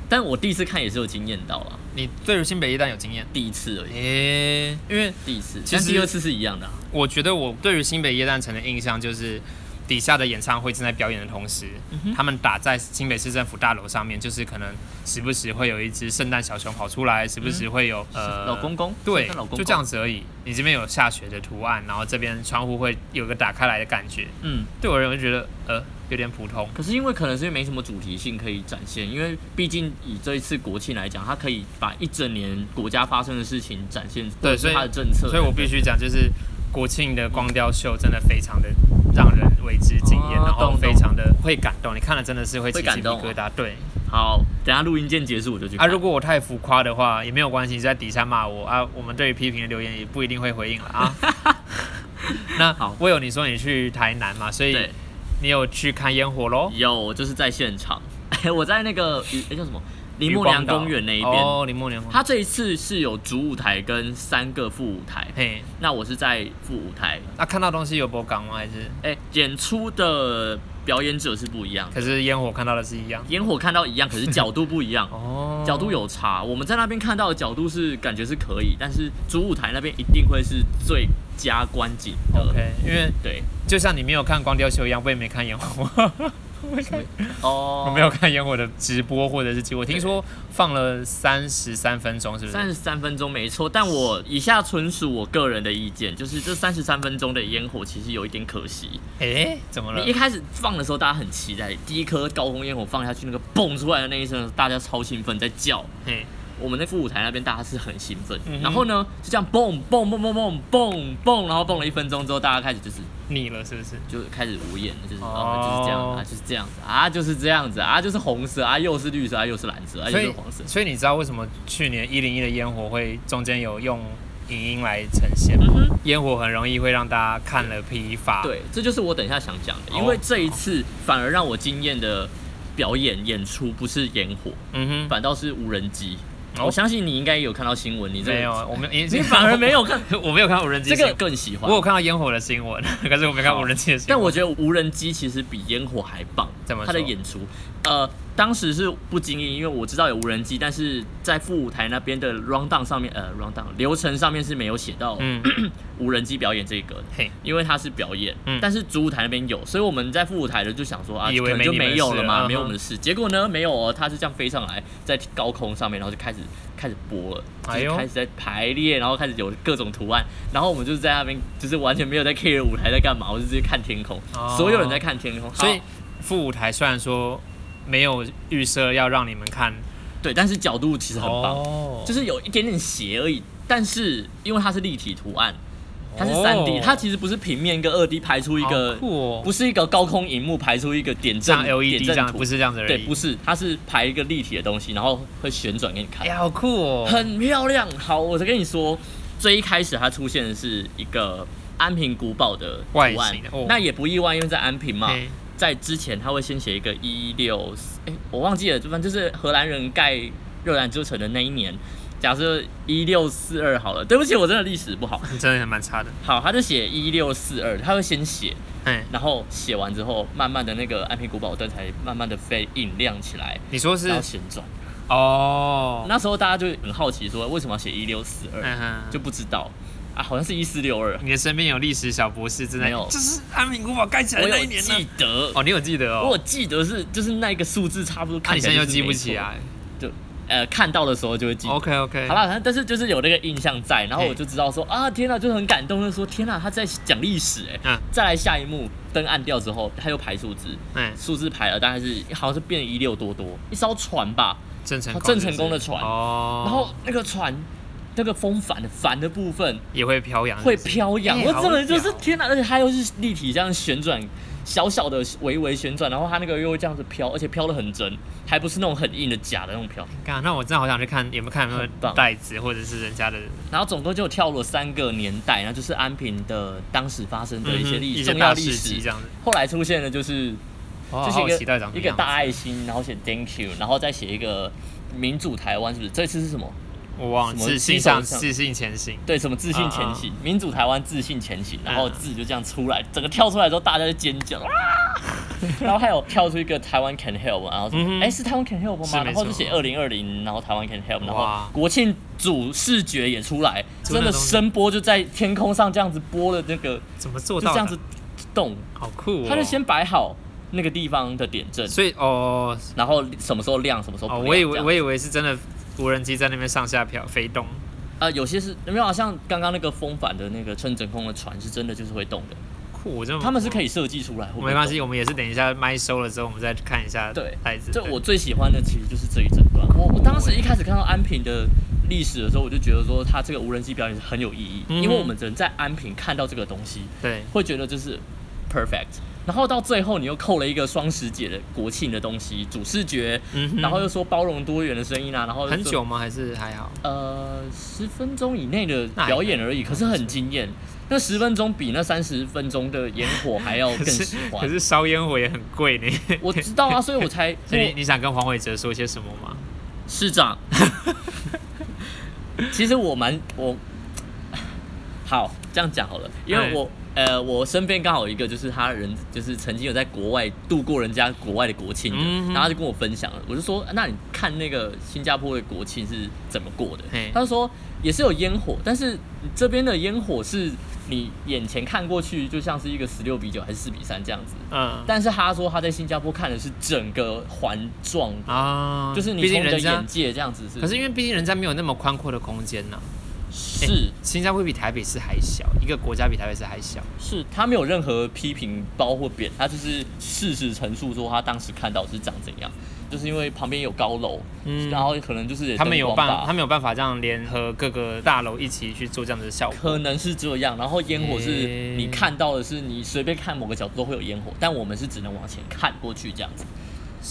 Speaker 1: 但我第一次看也是有惊艳到啊，
Speaker 2: 你对于新北一蛋有经验？
Speaker 1: 第一次而已，
Speaker 2: 诶、因为
Speaker 1: 第一次，
Speaker 2: 其
Speaker 1: 但
Speaker 2: 实
Speaker 1: 第二次是一样的啊、
Speaker 2: 我觉得我对于新北耶诞城的印象就是，底下的演唱会正在表演的同时，
Speaker 1: 嗯
Speaker 2: 他们打在新北市政府大楼上面，就是可能时不时会有一只圣诞小熊跑出来，时不时会有、
Speaker 1: 嗯
Speaker 2: 呃
Speaker 1: 老公公
Speaker 2: 对
Speaker 1: 圣诞老公，公
Speaker 2: 就这样子而已。你这边有下雪的图案，然后这边窗户会有个打开来的感觉，
Speaker 1: 嗯，
Speaker 2: 对我而言我就觉得呃有点普通。
Speaker 1: 可是因为可能是因为没什么主题性可以展现，因为毕竟以这一次国庆来讲，它可以把一整年国家发生的事情展现，
Speaker 2: 对
Speaker 1: 或者是
Speaker 2: 所以
Speaker 1: 它的政策，
Speaker 2: 所以我必须讲，就是国庆的光雕秀真的非常的让人为之惊艳，
Speaker 1: 哦
Speaker 2: 然后
Speaker 1: 懂懂
Speaker 2: 非常的会感动。你看了真的是会起
Speaker 1: 会
Speaker 2: 鸡
Speaker 1: 感
Speaker 2: 皮
Speaker 1: 动啊
Speaker 2: 疙瘩。对
Speaker 1: 好，等下录音键结束我就去
Speaker 2: 啊，
Speaker 1: 看。
Speaker 2: 如果我太浮夸的话也没有关系，就在底下骂我啊。我们对于批评的留言也不一定会回应了啊。 那
Speaker 1: 好
Speaker 2: 我有你说你去台南嘛，所以
Speaker 1: 对
Speaker 2: 你有去看烟火喽？
Speaker 1: 有，我就是在现场，哎我在那个鱼诶叫什么林默
Speaker 2: 渔
Speaker 1: 娘
Speaker 2: 光岛
Speaker 1: 公园那一边，
Speaker 2: 哦，林默娘公园。
Speaker 1: 它这一次是有主舞台跟三个副舞台，
Speaker 2: 嘿，
Speaker 1: 那我是在副舞台，
Speaker 2: 那、看到东西有播港吗？还是？
Speaker 1: 哎、演出的表演者是不一样的，
Speaker 2: 可是烟火看到的是一样。。
Speaker 1: 烟火看到一样，可是角度不一样
Speaker 2: 哦，
Speaker 1: 角度有差，我们在那边看到的角度是感觉是可以，但是主舞台那边一定会是最佳观景的。
Speaker 2: OK，因为
Speaker 1: 对，
Speaker 2: 就像你没有看光雕秀一样，我也没看烟火。
Speaker 1: 哦
Speaker 2: 我没有看烟火的直播或者是直播，我听说放了三十三分钟，是不
Speaker 1: 三
Speaker 2: 是？
Speaker 1: 十三分钟没错，但我以下纯属我个人的意见，就是这三十三分钟的烟火其实有一点可惜。
Speaker 2: 哎，怎么了
Speaker 1: 你一？开始放的时候，大家很期待，第一颗高空烟火放下去，那个蹦出来的那一声，大家超兴奋，在叫。
Speaker 2: 嘿
Speaker 1: 我们那副舞台那边大家是很兴奋，
Speaker 2: 嗯哼
Speaker 1: 然后呢就这样蹦蹦蹦蹦蹦蹦蹦，然后蹦了一分钟之后，大家开始就是
Speaker 2: 腻了是不是？
Speaker 1: 就开始无言了，就是、
Speaker 2: 哦
Speaker 1: 哦，就是这样啊，就是这样子啊，就是这样子啊，就是红色啊，又是绿色啊，又是蓝色啊，又
Speaker 2: 所
Speaker 1: 是
Speaker 2: 以
Speaker 1: 黄色，。
Speaker 2: 所以你知道为什么去年一零一的烟火会中间有用影音来呈现吗？
Speaker 1: 嗯哼，
Speaker 2: 烟火很容易会让大家看了疲乏。，
Speaker 1: 对，这就是我等一下想讲的，
Speaker 2: 哦
Speaker 1: 因为这一次反而让我惊艳的表演演出不是烟火，
Speaker 2: 嗯哼，
Speaker 1: 反倒是无人机。
Speaker 2: 哦
Speaker 1: 我相信你应该也有看到新闻，你这个
Speaker 2: 没有，我 们
Speaker 1: 你反 而没有看，
Speaker 2: 我没有看到无人 机
Speaker 1: 这
Speaker 2: 新
Speaker 1: 个
Speaker 2: 闻，
Speaker 1: 更喜欢
Speaker 2: 我。有看到烟火的新闻， 可是我没看到无人机的新闻。
Speaker 1: 但我觉得无人机其实比烟火还棒
Speaker 2: 怎么，说
Speaker 1: 它的演出，呃，当时是不经意，因为我知道有无人机，但是在副舞台那边的 round down 上面，呃，round down 流程上面是没有写到
Speaker 2: 嗯，
Speaker 1: 无人机表演这个的，
Speaker 2: 嘿，
Speaker 1: 因为它是表演，
Speaker 2: 嗯
Speaker 1: 但是主舞台那边有，所以我们在副舞台的就想说啊，
Speaker 2: 以为
Speaker 1: 可能
Speaker 2: 没
Speaker 1: 就
Speaker 2: 你们
Speaker 1: 没有
Speaker 2: 事
Speaker 1: 了嘛，
Speaker 2: 嗯
Speaker 1: 没有我们的事。结果呢，没有哦，它是这样飞上来，在高空上面，然后就开始开始播了，
Speaker 2: 哎
Speaker 1: 就
Speaker 2: 呦
Speaker 1: 是开始在排列，然后开始有各种图案，然后我们就是在那边就是完全没有在 care 舞台在干嘛，我就直接看天空，
Speaker 2: 哦
Speaker 1: 所有人在看天空，
Speaker 2: 所以
Speaker 1: 好
Speaker 2: 副舞台虽然说没有预设要让你们看，
Speaker 1: 对，但是角度其实很棒，
Speaker 2: 哦
Speaker 1: 就是有一点点斜而已，但是因为它是立体图案。它是
Speaker 2: 哦
Speaker 1: 三 D，、它其实不是平面跟二 D 排出一个
Speaker 2: 好酷哦
Speaker 1: 不是一个高空荧幕排出一个点阵
Speaker 2: 像 LED
Speaker 1: 点
Speaker 2: 这
Speaker 1: 阵
Speaker 2: 样，
Speaker 1: 图，
Speaker 2: 不是这样子而已。
Speaker 1: 对，不是，它是排一个立体的东西，然后会旋转给你看
Speaker 2: 哎，呀，好酷哦！
Speaker 1: 很漂亮。好，我再跟你说，最一开始它出现的是一个安平古堡的图
Speaker 2: 外
Speaker 1: 案，
Speaker 2: 形的哦
Speaker 1: 那也不意外，因为在安平嘛，
Speaker 2: 嗯
Speaker 1: 在之前他会先写一个一六，哎，我忘记了，反正就是荷兰人盖热兰遮城的那一年。假设一六四二好了，对不起，我真的历史不好。
Speaker 2: 真的还蛮差的。
Speaker 1: 好，他就写一六四二，他会先写，
Speaker 2: 哎，
Speaker 1: 然后写完之后，慢慢的那个安平古堡灯才慢慢的飞影亮起来，
Speaker 2: 你说是
Speaker 1: 然后旋转。
Speaker 2: 哦？
Speaker 1: 那时候大家就很好奇说，为什么要写一六四二？
Speaker 2: 嗯哼，
Speaker 1: 就
Speaker 2: 就
Speaker 1: 不知道啊，好像是一四六二。
Speaker 2: 你的身边有历史小博士正在，
Speaker 1: 没有
Speaker 2: 就是安平古堡盖起来
Speaker 1: 我
Speaker 2: 的那
Speaker 1: 有
Speaker 2: 一年呢。
Speaker 1: 记得，
Speaker 2: 哦，你有记得
Speaker 1: 我有
Speaker 2: 哦？
Speaker 1: 记得是就是那一个数字差不多
Speaker 2: 那
Speaker 1: 看
Speaker 2: 啊你
Speaker 1: 起
Speaker 2: 现
Speaker 1: 来就
Speaker 2: 在又
Speaker 1: 是
Speaker 2: 记不
Speaker 1: 没
Speaker 2: 起
Speaker 1: 错。
Speaker 2: 来
Speaker 1: 就呃看到的时候就会记得。
Speaker 2: ？OK OK，
Speaker 1: 好，了，但是就是有那个印象在，然后我就知道说啊，天哪，就很感动，就说天哪，他在讲历史哎、
Speaker 2: 嗯
Speaker 1: 再来下一幕，灯暗掉之后，他又排数字，
Speaker 2: 哎，
Speaker 1: 数字排了，大概是好像是变一六多多，一艘船吧，
Speaker 2: 郑成功
Speaker 1: 郑成功的船
Speaker 2: 是不是哦，
Speaker 1: 然后那个船那个风帆的帆的部分
Speaker 2: 也会飘扬，
Speaker 1: 会
Speaker 2: 是不是
Speaker 1: 飘扬，
Speaker 2: 嗯哎
Speaker 1: 我
Speaker 2: 好
Speaker 1: 真的就是
Speaker 2: 屌
Speaker 1: 天哪！而且它又是立体这样旋转，小小的微微旋转，然后它那个又会这样子飘，而且飘的很真，还不是那种很硬的假的那种飘。
Speaker 2: 干那我真的好想去看，有没有看有没
Speaker 1: 很
Speaker 2: 有
Speaker 1: 棒
Speaker 2: 袋子或者是人家的
Speaker 1: 然后总共就跳了三个年代，然后就是安平的当时发生的一些
Speaker 2: 嗯哼
Speaker 1: 历
Speaker 2: 一
Speaker 1: 史、
Speaker 2: 些
Speaker 1: 重要
Speaker 2: 大
Speaker 1: 历
Speaker 2: 事迹这
Speaker 1: 史。哦
Speaker 2: 样子。
Speaker 1: 后来出现的就是
Speaker 2: 哇，
Speaker 1: 就是
Speaker 2: 好
Speaker 1: 一
Speaker 2: 期待
Speaker 1: 个
Speaker 2: 长
Speaker 1: 一
Speaker 2: 什么
Speaker 1: 个
Speaker 2: 样
Speaker 1: 大
Speaker 2: 子
Speaker 1: 爱心，然后写 Thank you，然后再写一个民主台湾，是不是？这次是什么？
Speaker 2: 我忘了
Speaker 1: 什么
Speaker 2: 自信
Speaker 1: 新手
Speaker 2: 上
Speaker 1: 上
Speaker 2: 自信前行。
Speaker 1: 对，什么自信前
Speaker 2: 嗯
Speaker 1: 行， 民主台湾自信前行，然后字就这样出来，整个跳出来之后，大家就尖叫啊！然后还有跳出一个台湾 can help，然后说
Speaker 2: 嗯哼
Speaker 1: 哎、是台湾 can help
Speaker 2: 是
Speaker 1: 吗？
Speaker 2: 没
Speaker 1: 然后就
Speaker 2: 错
Speaker 1: 写二零二零，然后台湾 can help，然后
Speaker 2: 哇
Speaker 1: 国庆主视觉也出来，
Speaker 2: 真
Speaker 1: 真
Speaker 2: 的
Speaker 1: 的
Speaker 2: 东西
Speaker 1: 声波就在天空上这样子播的那个，
Speaker 2: 怎么做
Speaker 1: 就
Speaker 2: 到的？
Speaker 1: 这样子动，
Speaker 2: 好酷哦！
Speaker 1: 他就先摆好那个地方的点阵，
Speaker 2: 所以哦
Speaker 1: 然后什么时候亮，什么时候
Speaker 2: 哦，
Speaker 1: 不亮。
Speaker 2: 我以
Speaker 1: 这
Speaker 2: 为
Speaker 1: 样
Speaker 2: 我以为是真的无人机在那边上下飘飞动，
Speaker 1: 啊、有些是没有啊，像刚刚那个风帆的那个趁真空的船是真的就是会动的，
Speaker 2: 酷！我真的
Speaker 1: 他们是可
Speaker 2: 以，
Speaker 1: 以设计出来。会不会
Speaker 2: 没关系，
Speaker 1: 动，
Speaker 2: 我们也是等一下麦收了之后，我们再看一下
Speaker 1: 对
Speaker 2: 牌子。
Speaker 1: 这
Speaker 2: 对
Speaker 1: 我最喜欢的其实就是这一整段。哦我我当时一开始看到安平的历史的时候，我就觉得说它这个无人机表演是很有意义，
Speaker 2: 嗯哼
Speaker 1: 因为我们人在安平看到这个东西，
Speaker 2: 对
Speaker 1: 会觉得就是 perfect。然后到最后，你又扣了一个双十节的国庆的东西，主视觉，
Speaker 2: 嗯哼
Speaker 1: 然后又说包容多元的声音啊，然后又
Speaker 2: 很
Speaker 1: 说
Speaker 2: 久吗？还是还好？
Speaker 1: 呃，十分钟以内的
Speaker 2: 那还
Speaker 1: 表演而已，可是很惊艳。那十分钟比那三十分钟的烟火还要更
Speaker 2: 可
Speaker 1: 喜
Speaker 2: 是可
Speaker 1: 欢。
Speaker 2: 是烧烟火也很贵 呢。
Speaker 1: 我知道啊，所以我才
Speaker 2: 所 以你
Speaker 1: 我
Speaker 2: 你想跟黄伟哲说些什么吗？
Speaker 1: 市长。 其实我蛮我好这样讲好了，因为
Speaker 2: 哎
Speaker 1: 我呃我身边刚好有一个就是他人就是曾经有在国外度过人家国外的国庆的，
Speaker 2: 嗯哼
Speaker 1: 然后他就跟我分享了，我就说那你看那个新加坡的国庆是怎么过的
Speaker 2: 嘿？
Speaker 1: 他就说也是有烟火，但是这边的烟火是你眼前看过去就像是一个十六比九还是四比三这样子，
Speaker 2: 嗯
Speaker 1: 但是他说他在新加坡看的是整个环状。
Speaker 2: 啊，
Speaker 1: 就是你
Speaker 2: 毕
Speaker 1: 从你
Speaker 2: 竟
Speaker 1: 的
Speaker 2: 人家
Speaker 1: 眼，界这样子是，
Speaker 2: 可是因为哎毕竟人家没有那么宽阔的空间呐。
Speaker 1: 是、
Speaker 2: 新加坡比台北市还小，一个国家比台北市还小。
Speaker 1: 是他没有任何批评包或贬，他就是事实陈述说他当时看到是长怎样，就是因为旁边有高楼，
Speaker 2: 嗯
Speaker 1: 然后可能就是也
Speaker 2: 他们有
Speaker 1: 灯光
Speaker 2: 办，
Speaker 1: 吧
Speaker 2: 他们有办法这样联合各个大楼一起去做这样的效果。
Speaker 1: 可能是这样，然后烟火是
Speaker 2: 诶
Speaker 1: 你看到的是你随便看某个角度都会有烟火，但我们是只能往前看过去这样子。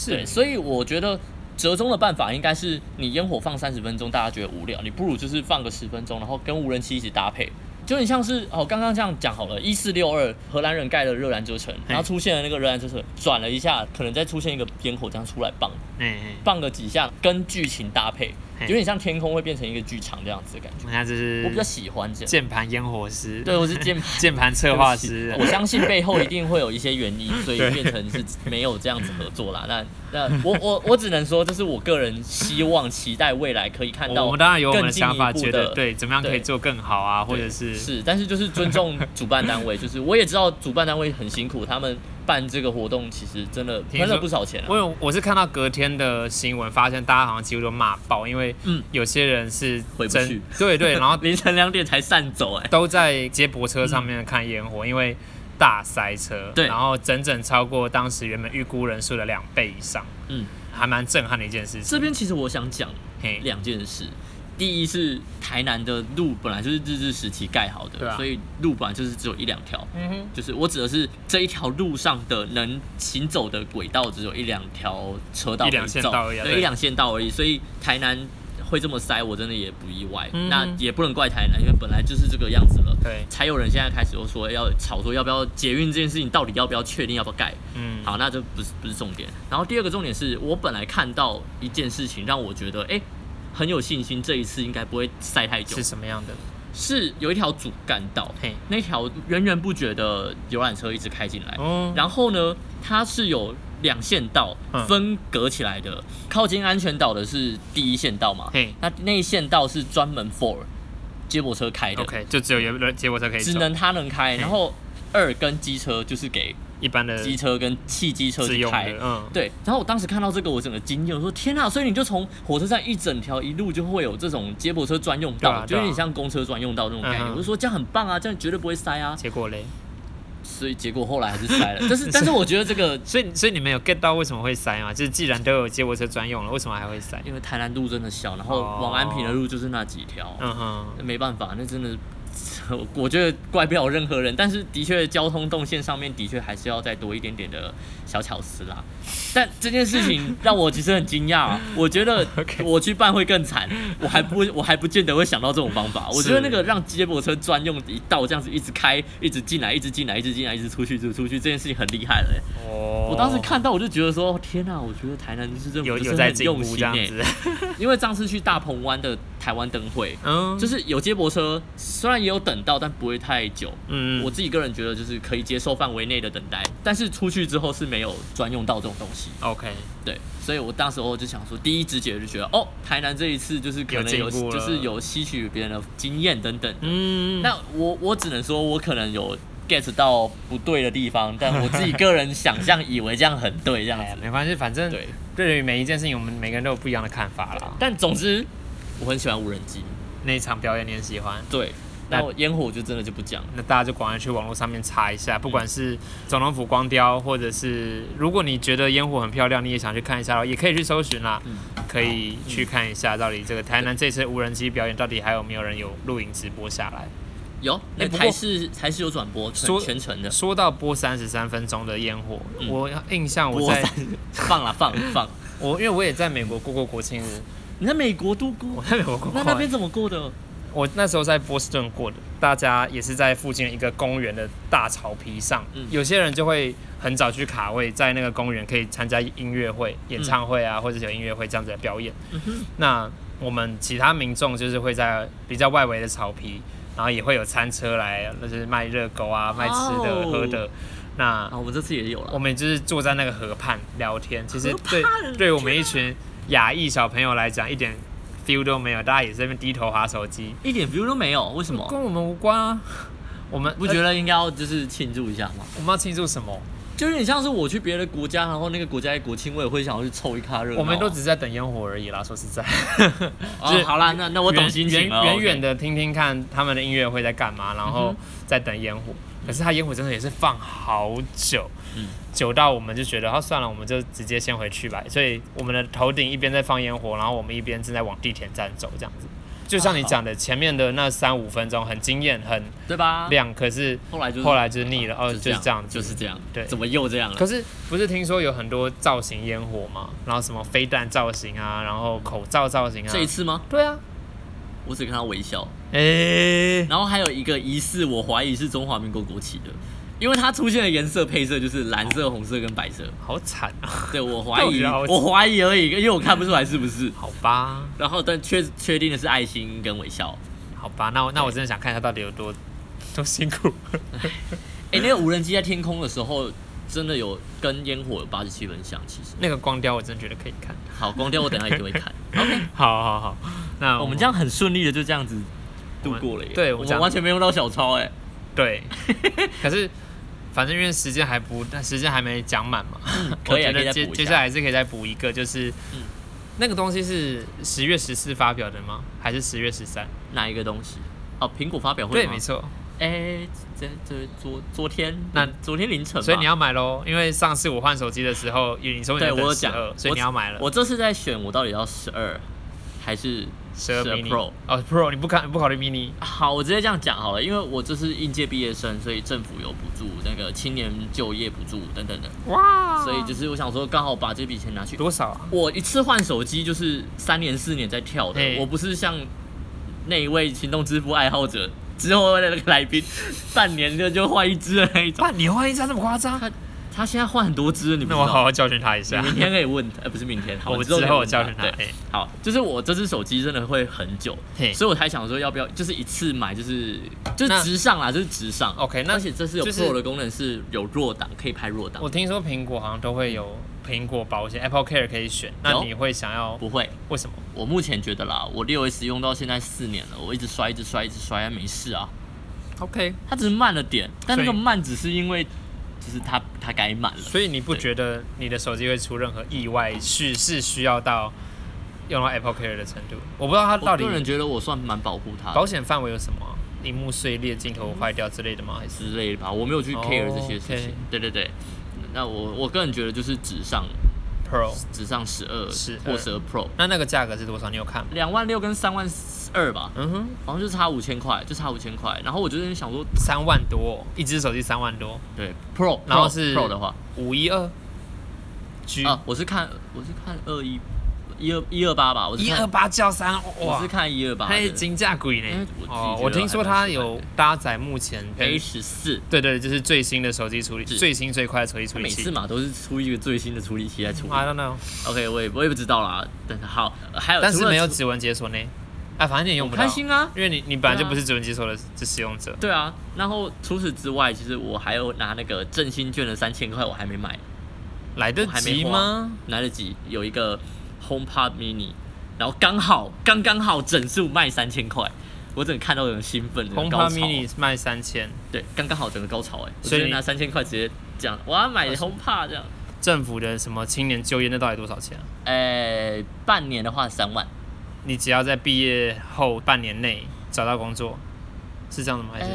Speaker 1: 对，所以我觉得折中的办法应该是你烟火放三十分钟，大家觉得无聊，你不如就是放个十分钟，然后跟无人机一起搭配。就很像是哦，刚刚这样讲好了，一四六二荷兰人盖的热兰遮城，然后出现了那个热兰遮城，转了一下，可能再出现一个烟火这样出来棒
Speaker 2: 哎，哎
Speaker 1: 棒个几下，跟剧情搭配，
Speaker 2: 嘿嗯
Speaker 1: 有点像天空会变成一个剧场这样子的感觉。
Speaker 2: 我看这
Speaker 1: 我比较
Speaker 2: 是
Speaker 1: 喜欢这样。
Speaker 2: 键盘烟火师，
Speaker 1: 对，我是键
Speaker 2: 键盘策划师
Speaker 1: 对不起。我相信背后一定会有一些原因，所以变成是没有这样子合作啦。那那我我我只能说，这是我个人希望期待未来可以看到
Speaker 2: 哦我们当然有我们
Speaker 1: 更
Speaker 2: 的
Speaker 1: 进一
Speaker 2: 想
Speaker 1: 步
Speaker 2: 法，觉得
Speaker 1: 的
Speaker 2: 对怎么样可以
Speaker 1: 对
Speaker 2: 做更好啊，或者是
Speaker 1: 是，但是就是尊重主办单位，就是我也知道主办单位很辛苦，他们办这个活动其实真的
Speaker 2: 听
Speaker 1: 喷了
Speaker 2: 说
Speaker 1: 不少钱啊。
Speaker 2: 我有我是看到隔天的新闻，发现大家好像几乎都骂爆，因为
Speaker 1: 嗯
Speaker 2: 有些人是
Speaker 1: 回不
Speaker 2: 真
Speaker 1: 去
Speaker 2: 对 对，然后
Speaker 1: 凌晨两点才散走、哎，
Speaker 2: 都在接驳车上面看烟火，因为大塞车，
Speaker 1: 对
Speaker 2: 然后整整超过当时原本预估人数的两倍以上，
Speaker 1: 嗯，
Speaker 2: 还蛮震撼的一件事
Speaker 1: 这
Speaker 2: 情。
Speaker 1: 边其实我想讲，
Speaker 2: 嘿，
Speaker 1: 两件事。第一是台南的路本来就是日治时期盖好
Speaker 2: 对
Speaker 1: 的，
Speaker 2: 啊
Speaker 1: 所以路本来就是只有一两条，
Speaker 2: 嗯哼，
Speaker 1: 就是我指的是这一条路上的能行走的轨道只有一两条车道
Speaker 2: 一
Speaker 1: 可以走，
Speaker 2: 两线道而已啊对
Speaker 1: 对，一两线道而已，所以台南会这么塞，我真的也不意外。
Speaker 2: 嗯
Speaker 1: 那也不能怪台南，因为本来就是这个样子了。
Speaker 2: 对，
Speaker 1: 才有人现在开始又说要炒作要不要捷运这件事情，到底要不要确定要不要盖？
Speaker 2: 嗯，
Speaker 1: 好，那这不是不是重点。然后第二个重点是我本来看到一件事情，让我觉得哎、诶很有信心，这一次应该不会塞太久
Speaker 2: 是。什么样的？
Speaker 1: 是有一条主干道，
Speaker 2: 嘿，
Speaker 1: 那条源源不绝的游览车一直开进来。
Speaker 2: 哦，
Speaker 1: 然后呢，它是有两线道
Speaker 2: 嗯
Speaker 1: 分隔起来的，靠近安全岛的是第一线道嘛
Speaker 2: 嘿，
Speaker 1: 那那一线道是专门 for 接驳车开的
Speaker 2: OK，就只有有接驳车可以走，
Speaker 1: 只能它能开。然后二跟机车就是给
Speaker 2: 一般的
Speaker 1: 机车跟汽机车
Speaker 2: 呃自
Speaker 1: 去
Speaker 2: 用
Speaker 1: 开
Speaker 2: 的，。嗯，
Speaker 1: 对，然后我当时看到这个，我整个惊艳，我说天啊！所以你就从火车站一整条一路就会有这种接驳车专用道，
Speaker 2: 对啊
Speaker 1: 就有
Speaker 2: 对
Speaker 1: 点
Speaker 2: 啊
Speaker 1: 像公车专用道那种概念。
Speaker 2: 嗯哼
Speaker 1: 我就说这样很棒啊，这样绝对不会塞啊。
Speaker 2: 结果嘞，
Speaker 1: 所以结果后来还是塞了，但是但是我觉得这个
Speaker 2: 所以所以你们有 get 到为什么会塞吗？就是既然都有接驳车专用了，为什么还会塞？
Speaker 1: 因为台南路真的小，然后
Speaker 2: 哦
Speaker 1: 往安平的路就是那几条，
Speaker 2: 嗯哼，
Speaker 1: 没办法，那真的。我我觉得怪不了任何人，但是的确交通动线上面的确还是要再多一点点的小巧思啦。但这件事情让我其实很惊讶、 啊，我觉得
Speaker 2: OK
Speaker 1: 我去办会更惨，我还不我还不见得会想到这种方 法。我觉得那个让接驳车专用一道这样子一直开，一直进来，一直进来，一直进来，一直出去，一直出去，这件事情很厉害了、欸。
Speaker 2: 哦
Speaker 1: 我当时看到我就觉得说，天哪、我觉得台南就是政府
Speaker 2: 有
Speaker 1: 真
Speaker 2: 有
Speaker 1: 的
Speaker 2: 在
Speaker 1: 很
Speaker 2: 进步
Speaker 1: 用心
Speaker 2: 这样
Speaker 1: 欸
Speaker 2: 子，
Speaker 1: 因为上次去大鹏湾的台湾灯会，
Speaker 2: 嗯，
Speaker 1: 就是有接驳车，虽然也有等到，但不会太久。
Speaker 2: 嗯
Speaker 1: 我自己个人觉得就是可以接受范围内的等待，但是出去之后是没有专用到这种东西。
Speaker 2: OK，
Speaker 1: 对，所以我当时候就想说，第一直觉就觉得，哦，台南这一次就是可能有
Speaker 2: 有进步了
Speaker 1: 就是有吸取别人的经验等等。
Speaker 2: 嗯，
Speaker 1: 那我我只能说，我可能有 get 到不对的地方，但我自己个人想象以为这样很对这样
Speaker 2: 哎呀
Speaker 1: 子。
Speaker 2: 没关系，反正
Speaker 1: 对，
Speaker 2: 对于每一件事情，我们每个人都有不一样的看法啦。
Speaker 1: 但总之我很喜欢无人机。
Speaker 2: 那一场表演你很喜欢，
Speaker 1: 对，
Speaker 2: 那
Speaker 1: 那我烟火我就真的就不讲了。
Speaker 2: 那大家就赶快去网络上面查一下，不
Speaker 1: 嗯
Speaker 2: 管是总统府光雕，或者是如果你觉得烟火很漂亮，你也想去看一下，也可以去搜寻啦，
Speaker 1: 嗯
Speaker 2: 可以去看一下到底这个台南这次无人机表演到底还有没有人有录影直播下来。
Speaker 1: 有，那
Speaker 2: 不
Speaker 1: 台
Speaker 2: 过
Speaker 1: 视台视有转播，全
Speaker 2: 说
Speaker 1: 全程的。
Speaker 2: 说到播三十三分钟的烟火，
Speaker 1: 嗯
Speaker 2: 我印象我
Speaker 1: 播
Speaker 2: 在
Speaker 1: 三放 了放放，
Speaker 2: 我因为我也在美国过过国庆日，
Speaker 1: 你在美国度
Speaker 2: 我
Speaker 1: 过，
Speaker 2: 在美国过
Speaker 1: 那
Speaker 2: 过
Speaker 1: 那边怎么过的？
Speaker 2: 我那时候在波士顿过的，大家也是在附近一个公园的大草皮上，
Speaker 1: 嗯
Speaker 2: 有些人就会很早去卡位，在那个公园可以参加音乐会、演唱会
Speaker 1: 嗯
Speaker 2: 啊，或者是有音乐会这样子的表演。那我们其他民众就是会在比较外围的草皮，然后也会有餐车来，就是卖热狗啊、卖吃的、
Speaker 1: 哦
Speaker 2: 喝的。那
Speaker 1: 啊，我们这次也有
Speaker 2: 我
Speaker 1: 了。
Speaker 2: 们就是坐在那个河畔聊天，其实
Speaker 1: 河畔
Speaker 2: 对对我们一群亚裔小朋友来讲，一点 feel 都没有，大家也是在那边低头划手机。
Speaker 1: 一点 view 都没有，为什么？
Speaker 2: 跟我们无关啊。我们呃
Speaker 1: 不觉得应该要就是庆祝一下吗？
Speaker 2: 我们要庆祝什么？
Speaker 1: 就有点像是我去别的国家，然后那个国家的国庆，我也会想要去凑一咖热闹啊。
Speaker 2: 我们都只是在等烟火而已啦。说实在，
Speaker 1: 哦，好啦，那那 我懂
Speaker 2: 远
Speaker 1: 心情了。
Speaker 2: 远远
Speaker 1: OK
Speaker 2: 远的听听看他们的音乐会在干嘛，然后
Speaker 1: 嗯哼
Speaker 2: 再等烟火。可是他烟火真的也是放好久，
Speaker 1: 嗯
Speaker 2: 久到我们就觉得，啊，算了，我们就直接先回去吧。所以我们的头顶一边在放烟火，然后我们一边正在往地铁站走，这样子。就像你
Speaker 1: 啊
Speaker 2: 讲的，前面的那三五分钟很惊艳、很
Speaker 1: 对吧？
Speaker 2: 亮，可是
Speaker 1: 后来就是
Speaker 2: 后来就是腻了，哦，
Speaker 1: 就
Speaker 2: 就是这样，
Speaker 1: 就。是这样。
Speaker 2: 对
Speaker 1: 怎么又这样了？
Speaker 2: 可是不是听说有很多造型烟火吗？然后什么飞弹造型啊，然后口罩造型啊。
Speaker 1: 这一次吗？
Speaker 2: 对啊，
Speaker 1: 我只看到微笑，
Speaker 2: 诶、
Speaker 1: 然后还有一个疑似，我怀疑是中华民国国旗的，因为它出现的颜色配色就是蓝色、红色跟白色。
Speaker 2: 好惨啊！
Speaker 1: 对我怀
Speaker 2: 我觉
Speaker 1: 疑，
Speaker 2: 得好
Speaker 1: 我怀疑而已，因为我看不出来是不是。
Speaker 2: 好吧，
Speaker 1: 然后但确确定的是爱心跟微 笑。
Speaker 2: 好吧，那我那我真的想看他到底有多多辛苦。
Speaker 1: 哎、那个无人机在天空的时候，真的有跟烟火有八十七分像。其实，
Speaker 2: 那个光雕我真的觉得可以看。
Speaker 1: 好，光雕我等一下一定会看。
Speaker 2: 好好 好，那
Speaker 1: 我们这样很顺利的就这样子
Speaker 2: 我
Speaker 1: 度
Speaker 2: 们
Speaker 1: 过了耶。
Speaker 2: 对我
Speaker 1: 我
Speaker 2: 这
Speaker 1: 们
Speaker 2: 样
Speaker 1: 完全没用到小抄哎、
Speaker 2: 对， 可是反正因为时间还不，但时间还没讲满嘛，
Speaker 1: 可以啊可
Speaker 2: 我觉
Speaker 1: 以
Speaker 2: 得
Speaker 1: 再
Speaker 2: 接
Speaker 1: 补一下
Speaker 2: 接下来是可以再补一个，就是、
Speaker 1: 嗯
Speaker 2: 那个东西是十月十四发表的吗？还是十月十三？
Speaker 1: 哪一个东西？哦，苹果发表会
Speaker 2: 对，
Speaker 1: 吗
Speaker 2: 没。错。
Speaker 1: 哎、这这昨昨天
Speaker 2: 那
Speaker 1: 昨天凌晨吧，
Speaker 2: 所以你要买喽，因为上次我换手机的时候，你说你
Speaker 1: 对
Speaker 2: 要
Speaker 1: 我
Speaker 2: 等
Speaker 1: 有
Speaker 2: 十
Speaker 1: 讲
Speaker 2: 二，，所以
Speaker 1: 我
Speaker 2: 你要买了。
Speaker 1: 我这次在选，我到底要十二还是
Speaker 2: 十二 mini
Speaker 1: Pro？
Speaker 2: 哦，Pro 你不考你不考虑 mini
Speaker 1: 好，我直接这样讲好了，因为我这是应届毕业生，所以政府有补助那个青年就业补助等等的，
Speaker 2: 哇
Speaker 1: 所以就是我想说，刚好把这笔钱拿去。
Speaker 2: 多少啊？
Speaker 1: 我一次换手机就是三年四年在跳的
Speaker 2: 嘿，
Speaker 1: 我不是像那一位行动支付爱好者之后的那个来宾，半年就就换一只的那一种。
Speaker 2: 哇，你换一张这么夸张？
Speaker 1: 他他现在换很多只，你不
Speaker 2: 那
Speaker 1: 知
Speaker 2: 我
Speaker 1: 道
Speaker 2: 好
Speaker 1: 吗。
Speaker 2: 好教训他一
Speaker 1: 你
Speaker 2: 下。
Speaker 1: 明天可以问他，呃，不是明天，好，
Speaker 2: 我
Speaker 1: 之
Speaker 2: 之
Speaker 1: 可以
Speaker 2: 后
Speaker 1: 问
Speaker 2: 教训他
Speaker 1: 对
Speaker 2: 哎
Speaker 1: 好，就是我这只手机真的会很久，
Speaker 2: 嘿
Speaker 1: 所以我才想说要不要就是一次买，就是就
Speaker 2: 那
Speaker 1: 是直上啦，就是直上。
Speaker 2: OK，那
Speaker 1: 而且这次有
Speaker 2: 就是
Speaker 1: Pro 的功能是有弱档，可以拍弱档
Speaker 2: 我。听说苹果好像都会有苹果保险，Apple Care 可以选。那
Speaker 1: 有
Speaker 2: 你会想要
Speaker 1: 不会，
Speaker 2: 为什么？
Speaker 1: 我目前觉得啦，我六 S 用到现在四年了，我一直摔，一直摔，一直摔，没事啊。
Speaker 2: OK，
Speaker 1: 它只是慢了点，但那
Speaker 2: 所以
Speaker 1: 个慢只是因为就是它它该慢了。
Speaker 2: 所以你不觉得你的手机会出任何意外，是是需要到用到 Apple Care 的程度？我不知道它
Speaker 1: 我
Speaker 2: 到底
Speaker 1: 个人觉得我算蛮保护它的
Speaker 2: 保险范围有什么啊、荧幕碎裂、镜头坏掉之类的吗？还是
Speaker 1: 之类的吧，我没有去
Speaker 2: 哦
Speaker 1: care 这些事情。
Speaker 2: OK
Speaker 1: 对对对，那我我个人觉得就是纸上
Speaker 2: Pro？
Speaker 1: 纸上十二
Speaker 2: 12
Speaker 1: 或十二 Pro，
Speaker 2: 那那个价格是多少？你有看吗？
Speaker 1: 两万六跟三万二吧，
Speaker 2: 嗯哼，
Speaker 1: 好像就差五千块，就差五千块。然后我就是想说，
Speaker 2: 三万多，一只手机三万多，
Speaker 1: 对 Pro，
Speaker 2: 然后
Speaker 1: Pro-
Speaker 2: 是
Speaker 1: Pro 的话，
Speaker 2: 五一二 G
Speaker 1: 啊，我是看我是看二一一二一二八吧，我是
Speaker 2: 一
Speaker 1: 看
Speaker 2: 二八叫三
Speaker 1: 我
Speaker 2: 哇
Speaker 1: 是，看一二八
Speaker 2: 它是金价贵呢
Speaker 1: 嗯我自己。
Speaker 2: 哦，
Speaker 1: 觉得
Speaker 2: 我听说它
Speaker 1: 还蛮喜欢
Speaker 2: 有搭载目前
Speaker 1: A 十四。
Speaker 2: 对对，就是最新的手机处理，
Speaker 1: 是
Speaker 2: 最新最快的手机处理
Speaker 1: 每次
Speaker 2: 器。
Speaker 1: 嘛都是出一个最新的处理器来处理
Speaker 2: I don't know，
Speaker 1: ，OK，我也我也不知道啦。但是好，还有
Speaker 2: 但
Speaker 1: 呃除
Speaker 2: 是
Speaker 1: 了
Speaker 2: 没有
Speaker 1: 处
Speaker 2: 指纹解锁呢。啊，反正你也用不
Speaker 1: 我
Speaker 2: 到，
Speaker 1: 开心啊，
Speaker 2: 因为你你本来就
Speaker 1: 对啊
Speaker 2: 不是指纹解锁的这使用者。
Speaker 1: 对啊，然后除此之外，其实我还有拿那个振兴券的三千块，我还没买，
Speaker 2: 来得
Speaker 1: 我还没
Speaker 2: 及
Speaker 1: 花
Speaker 2: 吗？？
Speaker 1: 来得及，有一个 HomePod Mini，然后刚好刚刚好整数卖三千块，我整个看到有人兴奋，整个
Speaker 2: 红
Speaker 1: 高
Speaker 2: 趴
Speaker 1: 潮
Speaker 2: mini 卖三千，
Speaker 1: 对，刚刚好整个高潮哎、我
Speaker 2: 所
Speaker 1: 直
Speaker 2: 以
Speaker 1: 接
Speaker 2: 你
Speaker 1: 拿三千块直接讲我要买 HomePod 这样，
Speaker 2: 政府的什么青年就业那到底多少钱啊？
Speaker 1: 哎、半年的话三万，
Speaker 2: 你只要在毕业后半年内找到工作，是这样的吗？还
Speaker 1: 哎、
Speaker 2: 是、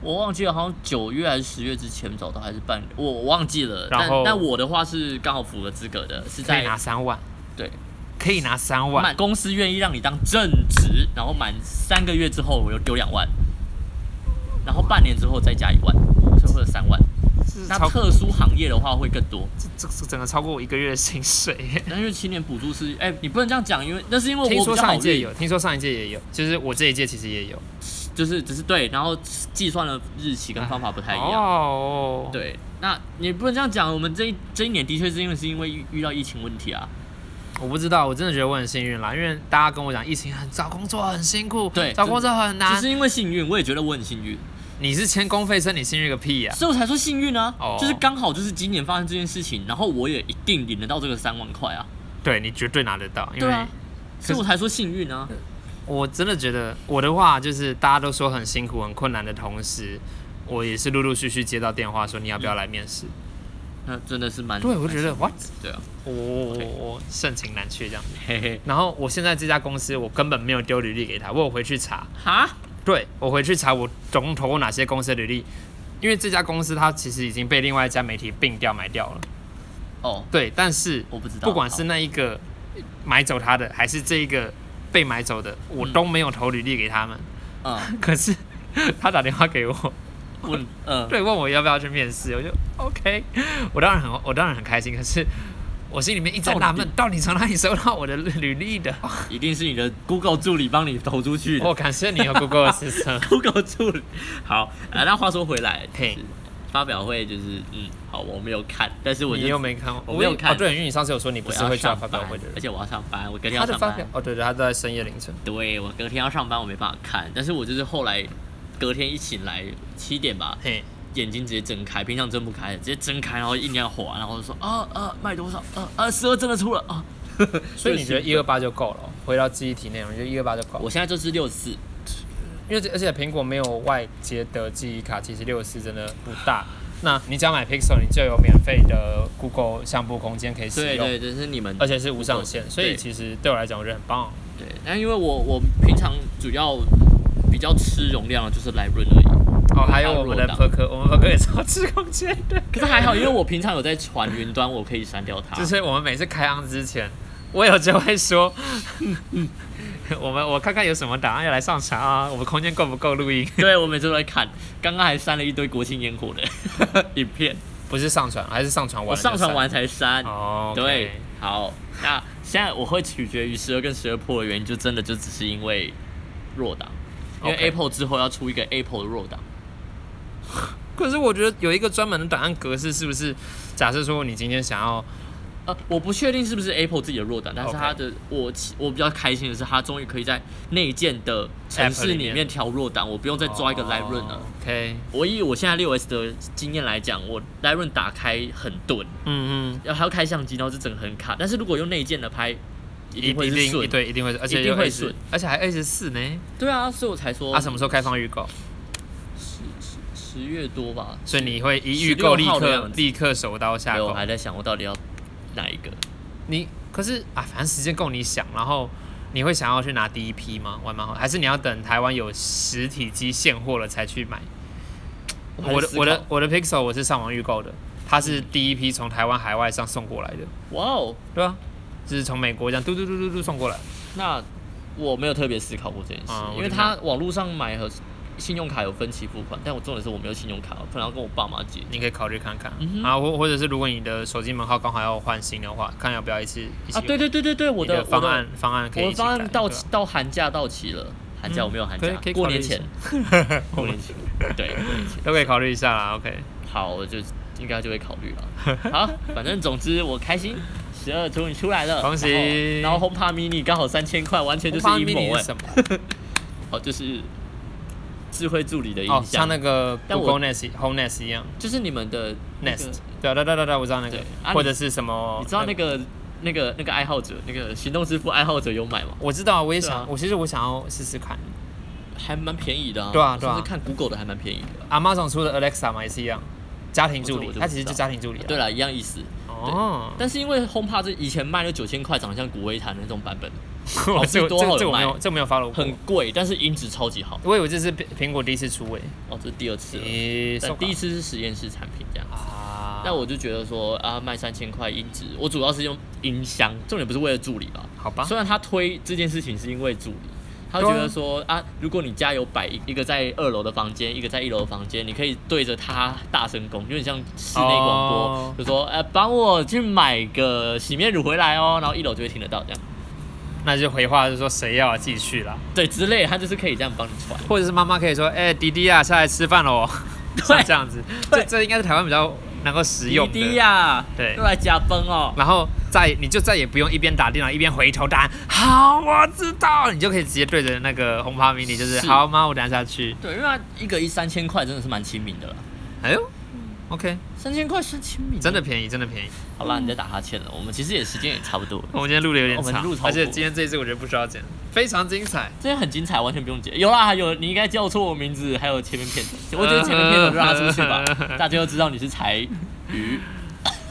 Speaker 1: 我忘记了，好像九月还是十月之前找到，还是半年，我我忘记了。
Speaker 2: 然
Speaker 1: 但
Speaker 2: 后
Speaker 1: 但我的话是刚好符合资格的，是
Speaker 2: 可以拿
Speaker 1: 在
Speaker 2: 三万？
Speaker 1: 对
Speaker 2: 可以拿三万
Speaker 1: 满，公司愿意让你当正职，然后满三个月之后我又丢两万，然后半年之后再加一万，所以会有三万。
Speaker 2: 这是
Speaker 1: 那
Speaker 2: 超
Speaker 1: 特殊行业的话会更多，
Speaker 2: 这这这整个超过我一个月的薪水。
Speaker 1: 但是青年补助是，哎、你不能这样讲，因为那是因为
Speaker 2: 听
Speaker 1: 我
Speaker 2: 说
Speaker 1: 比较
Speaker 2: 上
Speaker 1: 好
Speaker 2: 一届
Speaker 1: 运，
Speaker 2: 有，听说上一届也有，就是我这一届其实也有，
Speaker 1: 就是只是对，然后计算的日期跟方法不太一样。
Speaker 2: 啊哦，，
Speaker 1: 对，那你不能这样讲。我们这一这一年的确是因为是因为遇遇到疫情问题啊。
Speaker 2: 我不知道，我真的觉得我很幸运啦，因为大家跟我讲疫情很找工作很辛苦，
Speaker 1: 对
Speaker 2: 找工作很
Speaker 1: 只
Speaker 2: 难。
Speaker 1: 是因为幸运，我也觉得我很幸运，
Speaker 2: 你是签公费生，你幸运个屁呀、
Speaker 1: 所以我才说幸运啊。
Speaker 2: 哦
Speaker 1: 就是刚好就是今年发生这件事情，然后我也一定领得到这个三万块啊，
Speaker 2: 对你绝对拿得到，因
Speaker 1: 对
Speaker 2: 为、
Speaker 1: 啊所以我才说幸运啊。
Speaker 2: 我真的觉得我的话就是大家都说很辛苦、很困难的同时，我也是陆陆续续接到电话说你要不要来面试。
Speaker 1: 那真的是蛮
Speaker 2: 对，我就觉得 what，
Speaker 1: 对啊，
Speaker 2: 我我我我盛情难却这样子。
Speaker 1: 嘿嘿，
Speaker 2: 然后我现在这家公司我根本没有丢履历给他，我有回去查，
Speaker 1: 哈，
Speaker 2: 对我回去查我总共投过哪些公司的履历，因为这家公司它其实已经被另外一家媒体并掉买掉了。
Speaker 1: 哦，
Speaker 2: 对，但是
Speaker 1: 我不知道，哦
Speaker 2: 不管 是那一个买走他的，还是这一个被买走的，我
Speaker 1: 嗯
Speaker 2: 都没有投履历给他们。
Speaker 1: 好嗯
Speaker 2: 可是他打电话给我，
Speaker 1: 问嗯，
Speaker 2: 对，问我要不要去面试，我就 OK，我当然很我当然很开心，可是我心里面一直在纳闷，到底从哪里收到我的履历的？
Speaker 1: 一定是你的 Google 助理帮你投出去的
Speaker 2: 我感谢你有 Google Assistant，
Speaker 1: Google 助理。好，啊，那话说回来，
Speaker 2: 嘿
Speaker 1: 就是发表会就是嗯，好，我没有看，但是我就
Speaker 2: 你又没看过，
Speaker 1: 我没有看
Speaker 2: 哦，对，因为你上次有说你不
Speaker 1: 我
Speaker 2: 是
Speaker 1: 要
Speaker 2: 会去他啊
Speaker 1: 上
Speaker 2: 发
Speaker 1: 班，
Speaker 2: 表会的
Speaker 1: 而
Speaker 2: 人，
Speaker 1: 且我要上班，我隔天
Speaker 2: 他
Speaker 1: 要
Speaker 2: 的
Speaker 1: 上
Speaker 2: 发
Speaker 1: 班。
Speaker 2: 表哦，对对，他都在深夜凌晨，
Speaker 1: 对我隔天要上班，我没办法看。但是我就是后来隔天一醒来七点吧，
Speaker 2: 嘿，
Speaker 1: 眼睛直接睁开，平常睁不开的，直接睁开，然后硬要滑，然后就说啊啊卖多少啊啊十二真的出了啊。
Speaker 2: 所以你觉得
Speaker 1: 就是
Speaker 2: 一二八就够了？回到记忆体内容，你觉得一二八就够了？
Speaker 1: 我现在就是六四，
Speaker 2: 因为这而且苹果没有外接的记忆卡，其实六四真的不大。那你只要买 Pixel，你就有免费的 Google 相簿空间可以使
Speaker 1: 对
Speaker 2: 用，
Speaker 1: 对，这是你们
Speaker 2: 而且是无上限，所以
Speaker 1: 对
Speaker 2: 其实对我来讲，我觉得很棒。
Speaker 1: 对。那因为我我平常主要比较吃容量的就是来润 而已，
Speaker 2: 哦，还有我们的
Speaker 1: 还有
Speaker 2: p e r k 我们 p e r k 也超吃空间的，
Speaker 1: 可是还好，因为我平常有在传云端，我可以删掉它。
Speaker 2: 就是我们每次开箱之前，我有就会说， 我们我看看有什么档案要来上传啊，我们空间够不够录音？
Speaker 1: 对我每次都在看，刚刚还删了一堆国庆烟火的 影片，
Speaker 2: 不是上传，还是哦上传
Speaker 1: 我
Speaker 2: 完？
Speaker 1: 上传完。才删。
Speaker 2: 哦，
Speaker 1: 对，好，那现在我会取决于十二跟十二 Pro 的原因，就真的就只是因为弱档，因为
Speaker 2: OK
Speaker 1: Apple 之后要出一个 Apple 的弱档，
Speaker 2: 可是我觉得有一个专门的档案格式，是不是？假设说你今天想要
Speaker 1: 呃，我不确定是不是 Apple 自己的弱档，但是
Speaker 2: OK
Speaker 1: 它的我其我比较开心的是，它终于可以在内建的城
Speaker 2: App
Speaker 1: 市
Speaker 2: 里
Speaker 1: 里
Speaker 2: 面
Speaker 1: 面调弱档，我不用再抓一个 Live Run 啊了。
Speaker 2: 哦 OK，
Speaker 1: 我以我现在六 S 的经验来讲，我 Live Run 打开很钝，
Speaker 2: 嗯嗯，
Speaker 1: 然后还要开相机，然后就整个很卡。但是如果用内建的拍，一定会是顺。
Speaker 2: 对，一定会，而且
Speaker 1: 一定会
Speaker 2: 有 S-
Speaker 1: 顺
Speaker 2: 而且还二十四呢。
Speaker 1: 对啊，所以我才说
Speaker 2: 它什么时候开放预购？
Speaker 1: 十月多吧。
Speaker 2: 所以你会一预购立
Speaker 1: 16号的
Speaker 2: 刻
Speaker 1: 样子
Speaker 2: 立刻手刀下
Speaker 1: 对，我
Speaker 2: 购。
Speaker 1: 还在想我到底要哪一个。
Speaker 2: 你可是啊，反正时间够你想，然后你会想要去拿第一批吗？玩蛮好，还是你要等台湾有实体机现货了才去买？
Speaker 1: 还在
Speaker 2: 我的
Speaker 1: 思考
Speaker 2: 我的我的 Pixel 我是上网预购的，它是第一批从台湾海外上送过来的，
Speaker 1: 哇哦，
Speaker 2: 对啊，就是从美国这样嘟嘟嘟嘟嘟送过来。
Speaker 1: 那我没有特别思考过这件事，
Speaker 2: 啊我
Speaker 1: 因为
Speaker 2: 知
Speaker 1: 他网络上买和信用卡有分期付款，但我重点是我没有信用卡，我可能要跟我爸妈借。
Speaker 2: 你可以考虑看看、
Speaker 1: 嗯哼
Speaker 2: 啊，或或者是如果你的手机门号刚好要换新的话，看要不要一起一起
Speaker 1: 啊，对对对对对，我
Speaker 2: 你的
Speaker 1: 的
Speaker 2: 方案，方案可
Speaker 1: 我的我
Speaker 2: 以一起
Speaker 1: 的方
Speaker 2: 改
Speaker 1: 案到
Speaker 2: 对啊
Speaker 1: 期到寒假到期了，寒假
Speaker 2: 嗯
Speaker 1: 我没有寒
Speaker 2: 可以
Speaker 1: 假
Speaker 2: 可以，
Speaker 1: 过
Speaker 2: 考虑
Speaker 1: 年
Speaker 2: 一
Speaker 1: 前， 过年前，对，过年前。
Speaker 2: 都可以考虑一下啦。OK，
Speaker 1: 好，我就应该就会考虑了。好，反正总之我开心，十二终于出来了，
Speaker 2: 恭喜
Speaker 1: 然后然后 HomePod Mini 刚好三千块，完全就是
Speaker 2: 红胖
Speaker 1: 阴谋
Speaker 2: mini
Speaker 1: 哎
Speaker 2: 是。什么？
Speaker 1: 哦，就是智慧助理的音
Speaker 2: 哦，
Speaker 1: 箱，
Speaker 2: 像那个
Speaker 1: 但我
Speaker 2: Google Nest、Home Nest 一样
Speaker 1: 就是你们的那个
Speaker 2: ，Nest。对哦对对对对，我知道那个
Speaker 1: 对啊，
Speaker 2: 或
Speaker 1: 你
Speaker 2: 者是什么？
Speaker 1: 你知道那个那个那个爱好者，那个行动支付爱好者有买吗？
Speaker 2: 我知道，我也
Speaker 1: 对啊
Speaker 2: 想，我其实我想要试试看。
Speaker 1: 还蛮便宜的啊。
Speaker 2: 对啊
Speaker 1: 我
Speaker 2: 对啊
Speaker 1: 上次看 Google 的还蛮便宜的。
Speaker 2: Amazon 出的 Alexa 嘛也是一样，家庭助
Speaker 1: 我
Speaker 2: 理，
Speaker 1: 这我就不知道
Speaker 2: 它其实就家庭助理啊。
Speaker 1: 对啦，一样意思。
Speaker 2: 哦，
Speaker 1: 但是因为 HomePod 是以前卖了九千块，长得像骨灰坛的那种版本，好
Speaker 2: 哇这个
Speaker 1: 像哦多
Speaker 2: 这
Speaker 1: 好
Speaker 2: 个这 个
Speaker 1: 有
Speaker 2: 我没有
Speaker 1: 卖
Speaker 2: 这个没有 follow 过
Speaker 1: 很，贵，但是音质超级好。
Speaker 2: 我以为这是苹苹果第一次出诶，
Speaker 1: 哦，这是第二次了，
Speaker 2: 诶，
Speaker 1: 啊但第一
Speaker 2: 次
Speaker 1: 次是实验室产品这样。
Speaker 2: 啊，
Speaker 1: 但我就觉得说啊，卖三千块音质，我主要是用音箱，重点不是为了助理吧？
Speaker 2: 好吧
Speaker 1: 虽，然他推这件事情是因为助理，他
Speaker 2: 对
Speaker 1: 觉
Speaker 2: 啊
Speaker 1: 得说啊啊，如果你家有摆一一个在二楼的房间，一个在一楼的房间，你可以对着它大声公，有点像室内广播，
Speaker 2: 哦
Speaker 1: 就说呃，帮我去买个洗面乳回来哦，然后一楼就会听得到这样，
Speaker 2: 那就回话就说谁要啊自己去啦，
Speaker 1: 对之类的，他就是可以这样帮你传。
Speaker 2: 或者是妈妈可以说，哎，迪迪啊，下来吃饭喽，像这样子，这
Speaker 1: 对啊
Speaker 2: 这应该是台湾比较能够实用的。
Speaker 1: 滴滴呀，
Speaker 2: 对
Speaker 1: 又来加分哦。
Speaker 2: 然后再你就再也不用一边打电脑一边回头答案，好，我知道，你就可以直接对着那个红袍迷你，就是
Speaker 1: 是
Speaker 2: 好妈，我等一下下去。
Speaker 1: 对，因为它一个一三千块真的是蛮亲民的了，
Speaker 2: 哎呦，OK，
Speaker 1: 三千块是亲民，
Speaker 2: 真的。便宜，真的便宜。
Speaker 1: 好啦，你在打哈欠了，我们其实也时间也差不多了，
Speaker 2: 我们今天录的有点
Speaker 1: 我们
Speaker 2: 长
Speaker 1: 录超，过
Speaker 2: 而且今天这一次我觉得不需要剪，非常精彩。
Speaker 1: 这些很精彩，完全不用剪。有啦，有你应该叫错我名字，还有前面片头， 我觉得前面片头就让它出去吧， 大家就知道你是才鱼。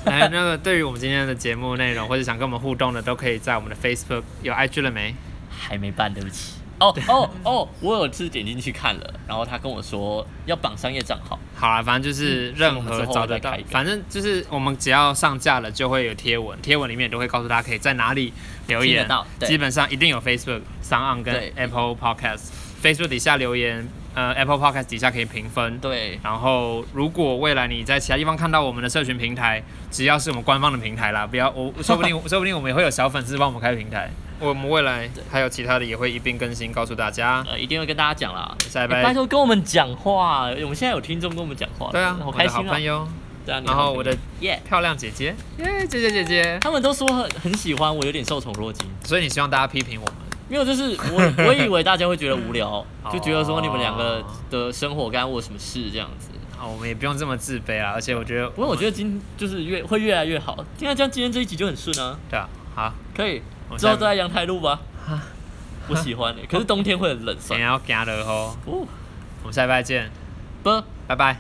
Speaker 2: 哎，那个对于我们今天的节目内容，或者想跟我们互动的，都可以在我们的 Facebook 有 IG 了没？
Speaker 1: 还没办，对不起。哦哦哦，我有次点进去看了，然后他跟我说要绑商业账号，
Speaker 2: 好啦，反正就是
Speaker 1: 所以我
Speaker 2: 任
Speaker 1: 们
Speaker 2: 何
Speaker 1: 之后
Speaker 2: 找得
Speaker 1: 再
Speaker 2: 到
Speaker 1: 开一，个
Speaker 2: 反正就是我们只要上架了就会有贴文，贴文里面也都会告诉大家可以在哪里留
Speaker 1: 听
Speaker 2: 言
Speaker 1: 得到，对
Speaker 2: 基本上一定有 Facebook、s o n on 跟
Speaker 1: 对
Speaker 2: Apple Podcast。Facebook 底下留言，呃，Apple Podcast 底下可以评分。
Speaker 1: 对，
Speaker 2: 然后，如果未来你在其他地方看到我们的社群平台，只要是我们官方的平台啦，不要我，说不定说不定我们也会有小粉丝帮我们开平台。我们未来还有其他的也会一并更新，告诉大家。
Speaker 1: 呃，一定会跟大家讲啦。
Speaker 2: 下一
Speaker 1: 哎
Speaker 2: 拜
Speaker 1: 拜托跟我们讲话，我们现在有听众跟我们讲话了，
Speaker 2: 对啊，
Speaker 1: 好
Speaker 2: 我
Speaker 1: 开
Speaker 2: 的好
Speaker 1: 心啊
Speaker 2: 朋！友，
Speaker 1: 对啊，你
Speaker 2: 然后
Speaker 1: 好朋友
Speaker 2: 我的
Speaker 1: 耶
Speaker 2: 漂亮姐姐，耶，姐姐姐姐。
Speaker 1: 他们都说很很喜欢我，有点受宠若惊。
Speaker 2: 所以你希望大家批评我们？
Speaker 1: 没有，就是我我以为大家会觉得无聊，就觉得说你们两个
Speaker 2: 哦
Speaker 1: 的生活干我什么事这样子。
Speaker 2: 啊，我们也不用这么自卑啦。而且我觉得，
Speaker 1: 不过我觉得今就是越会越来越好，现在这样今天这一集就很顺啊，
Speaker 2: 对啊，好，
Speaker 1: 可以
Speaker 2: 我们
Speaker 1: 之后
Speaker 2: 下
Speaker 1: 都在阳台录吧。我喜欢欸可是冬天会很冷，
Speaker 2: 想
Speaker 1: 算了。
Speaker 2: 要加的哦。
Speaker 1: 哦，
Speaker 2: 我们下礼拜见，
Speaker 1: 不。
Speaker 2: 拜拜。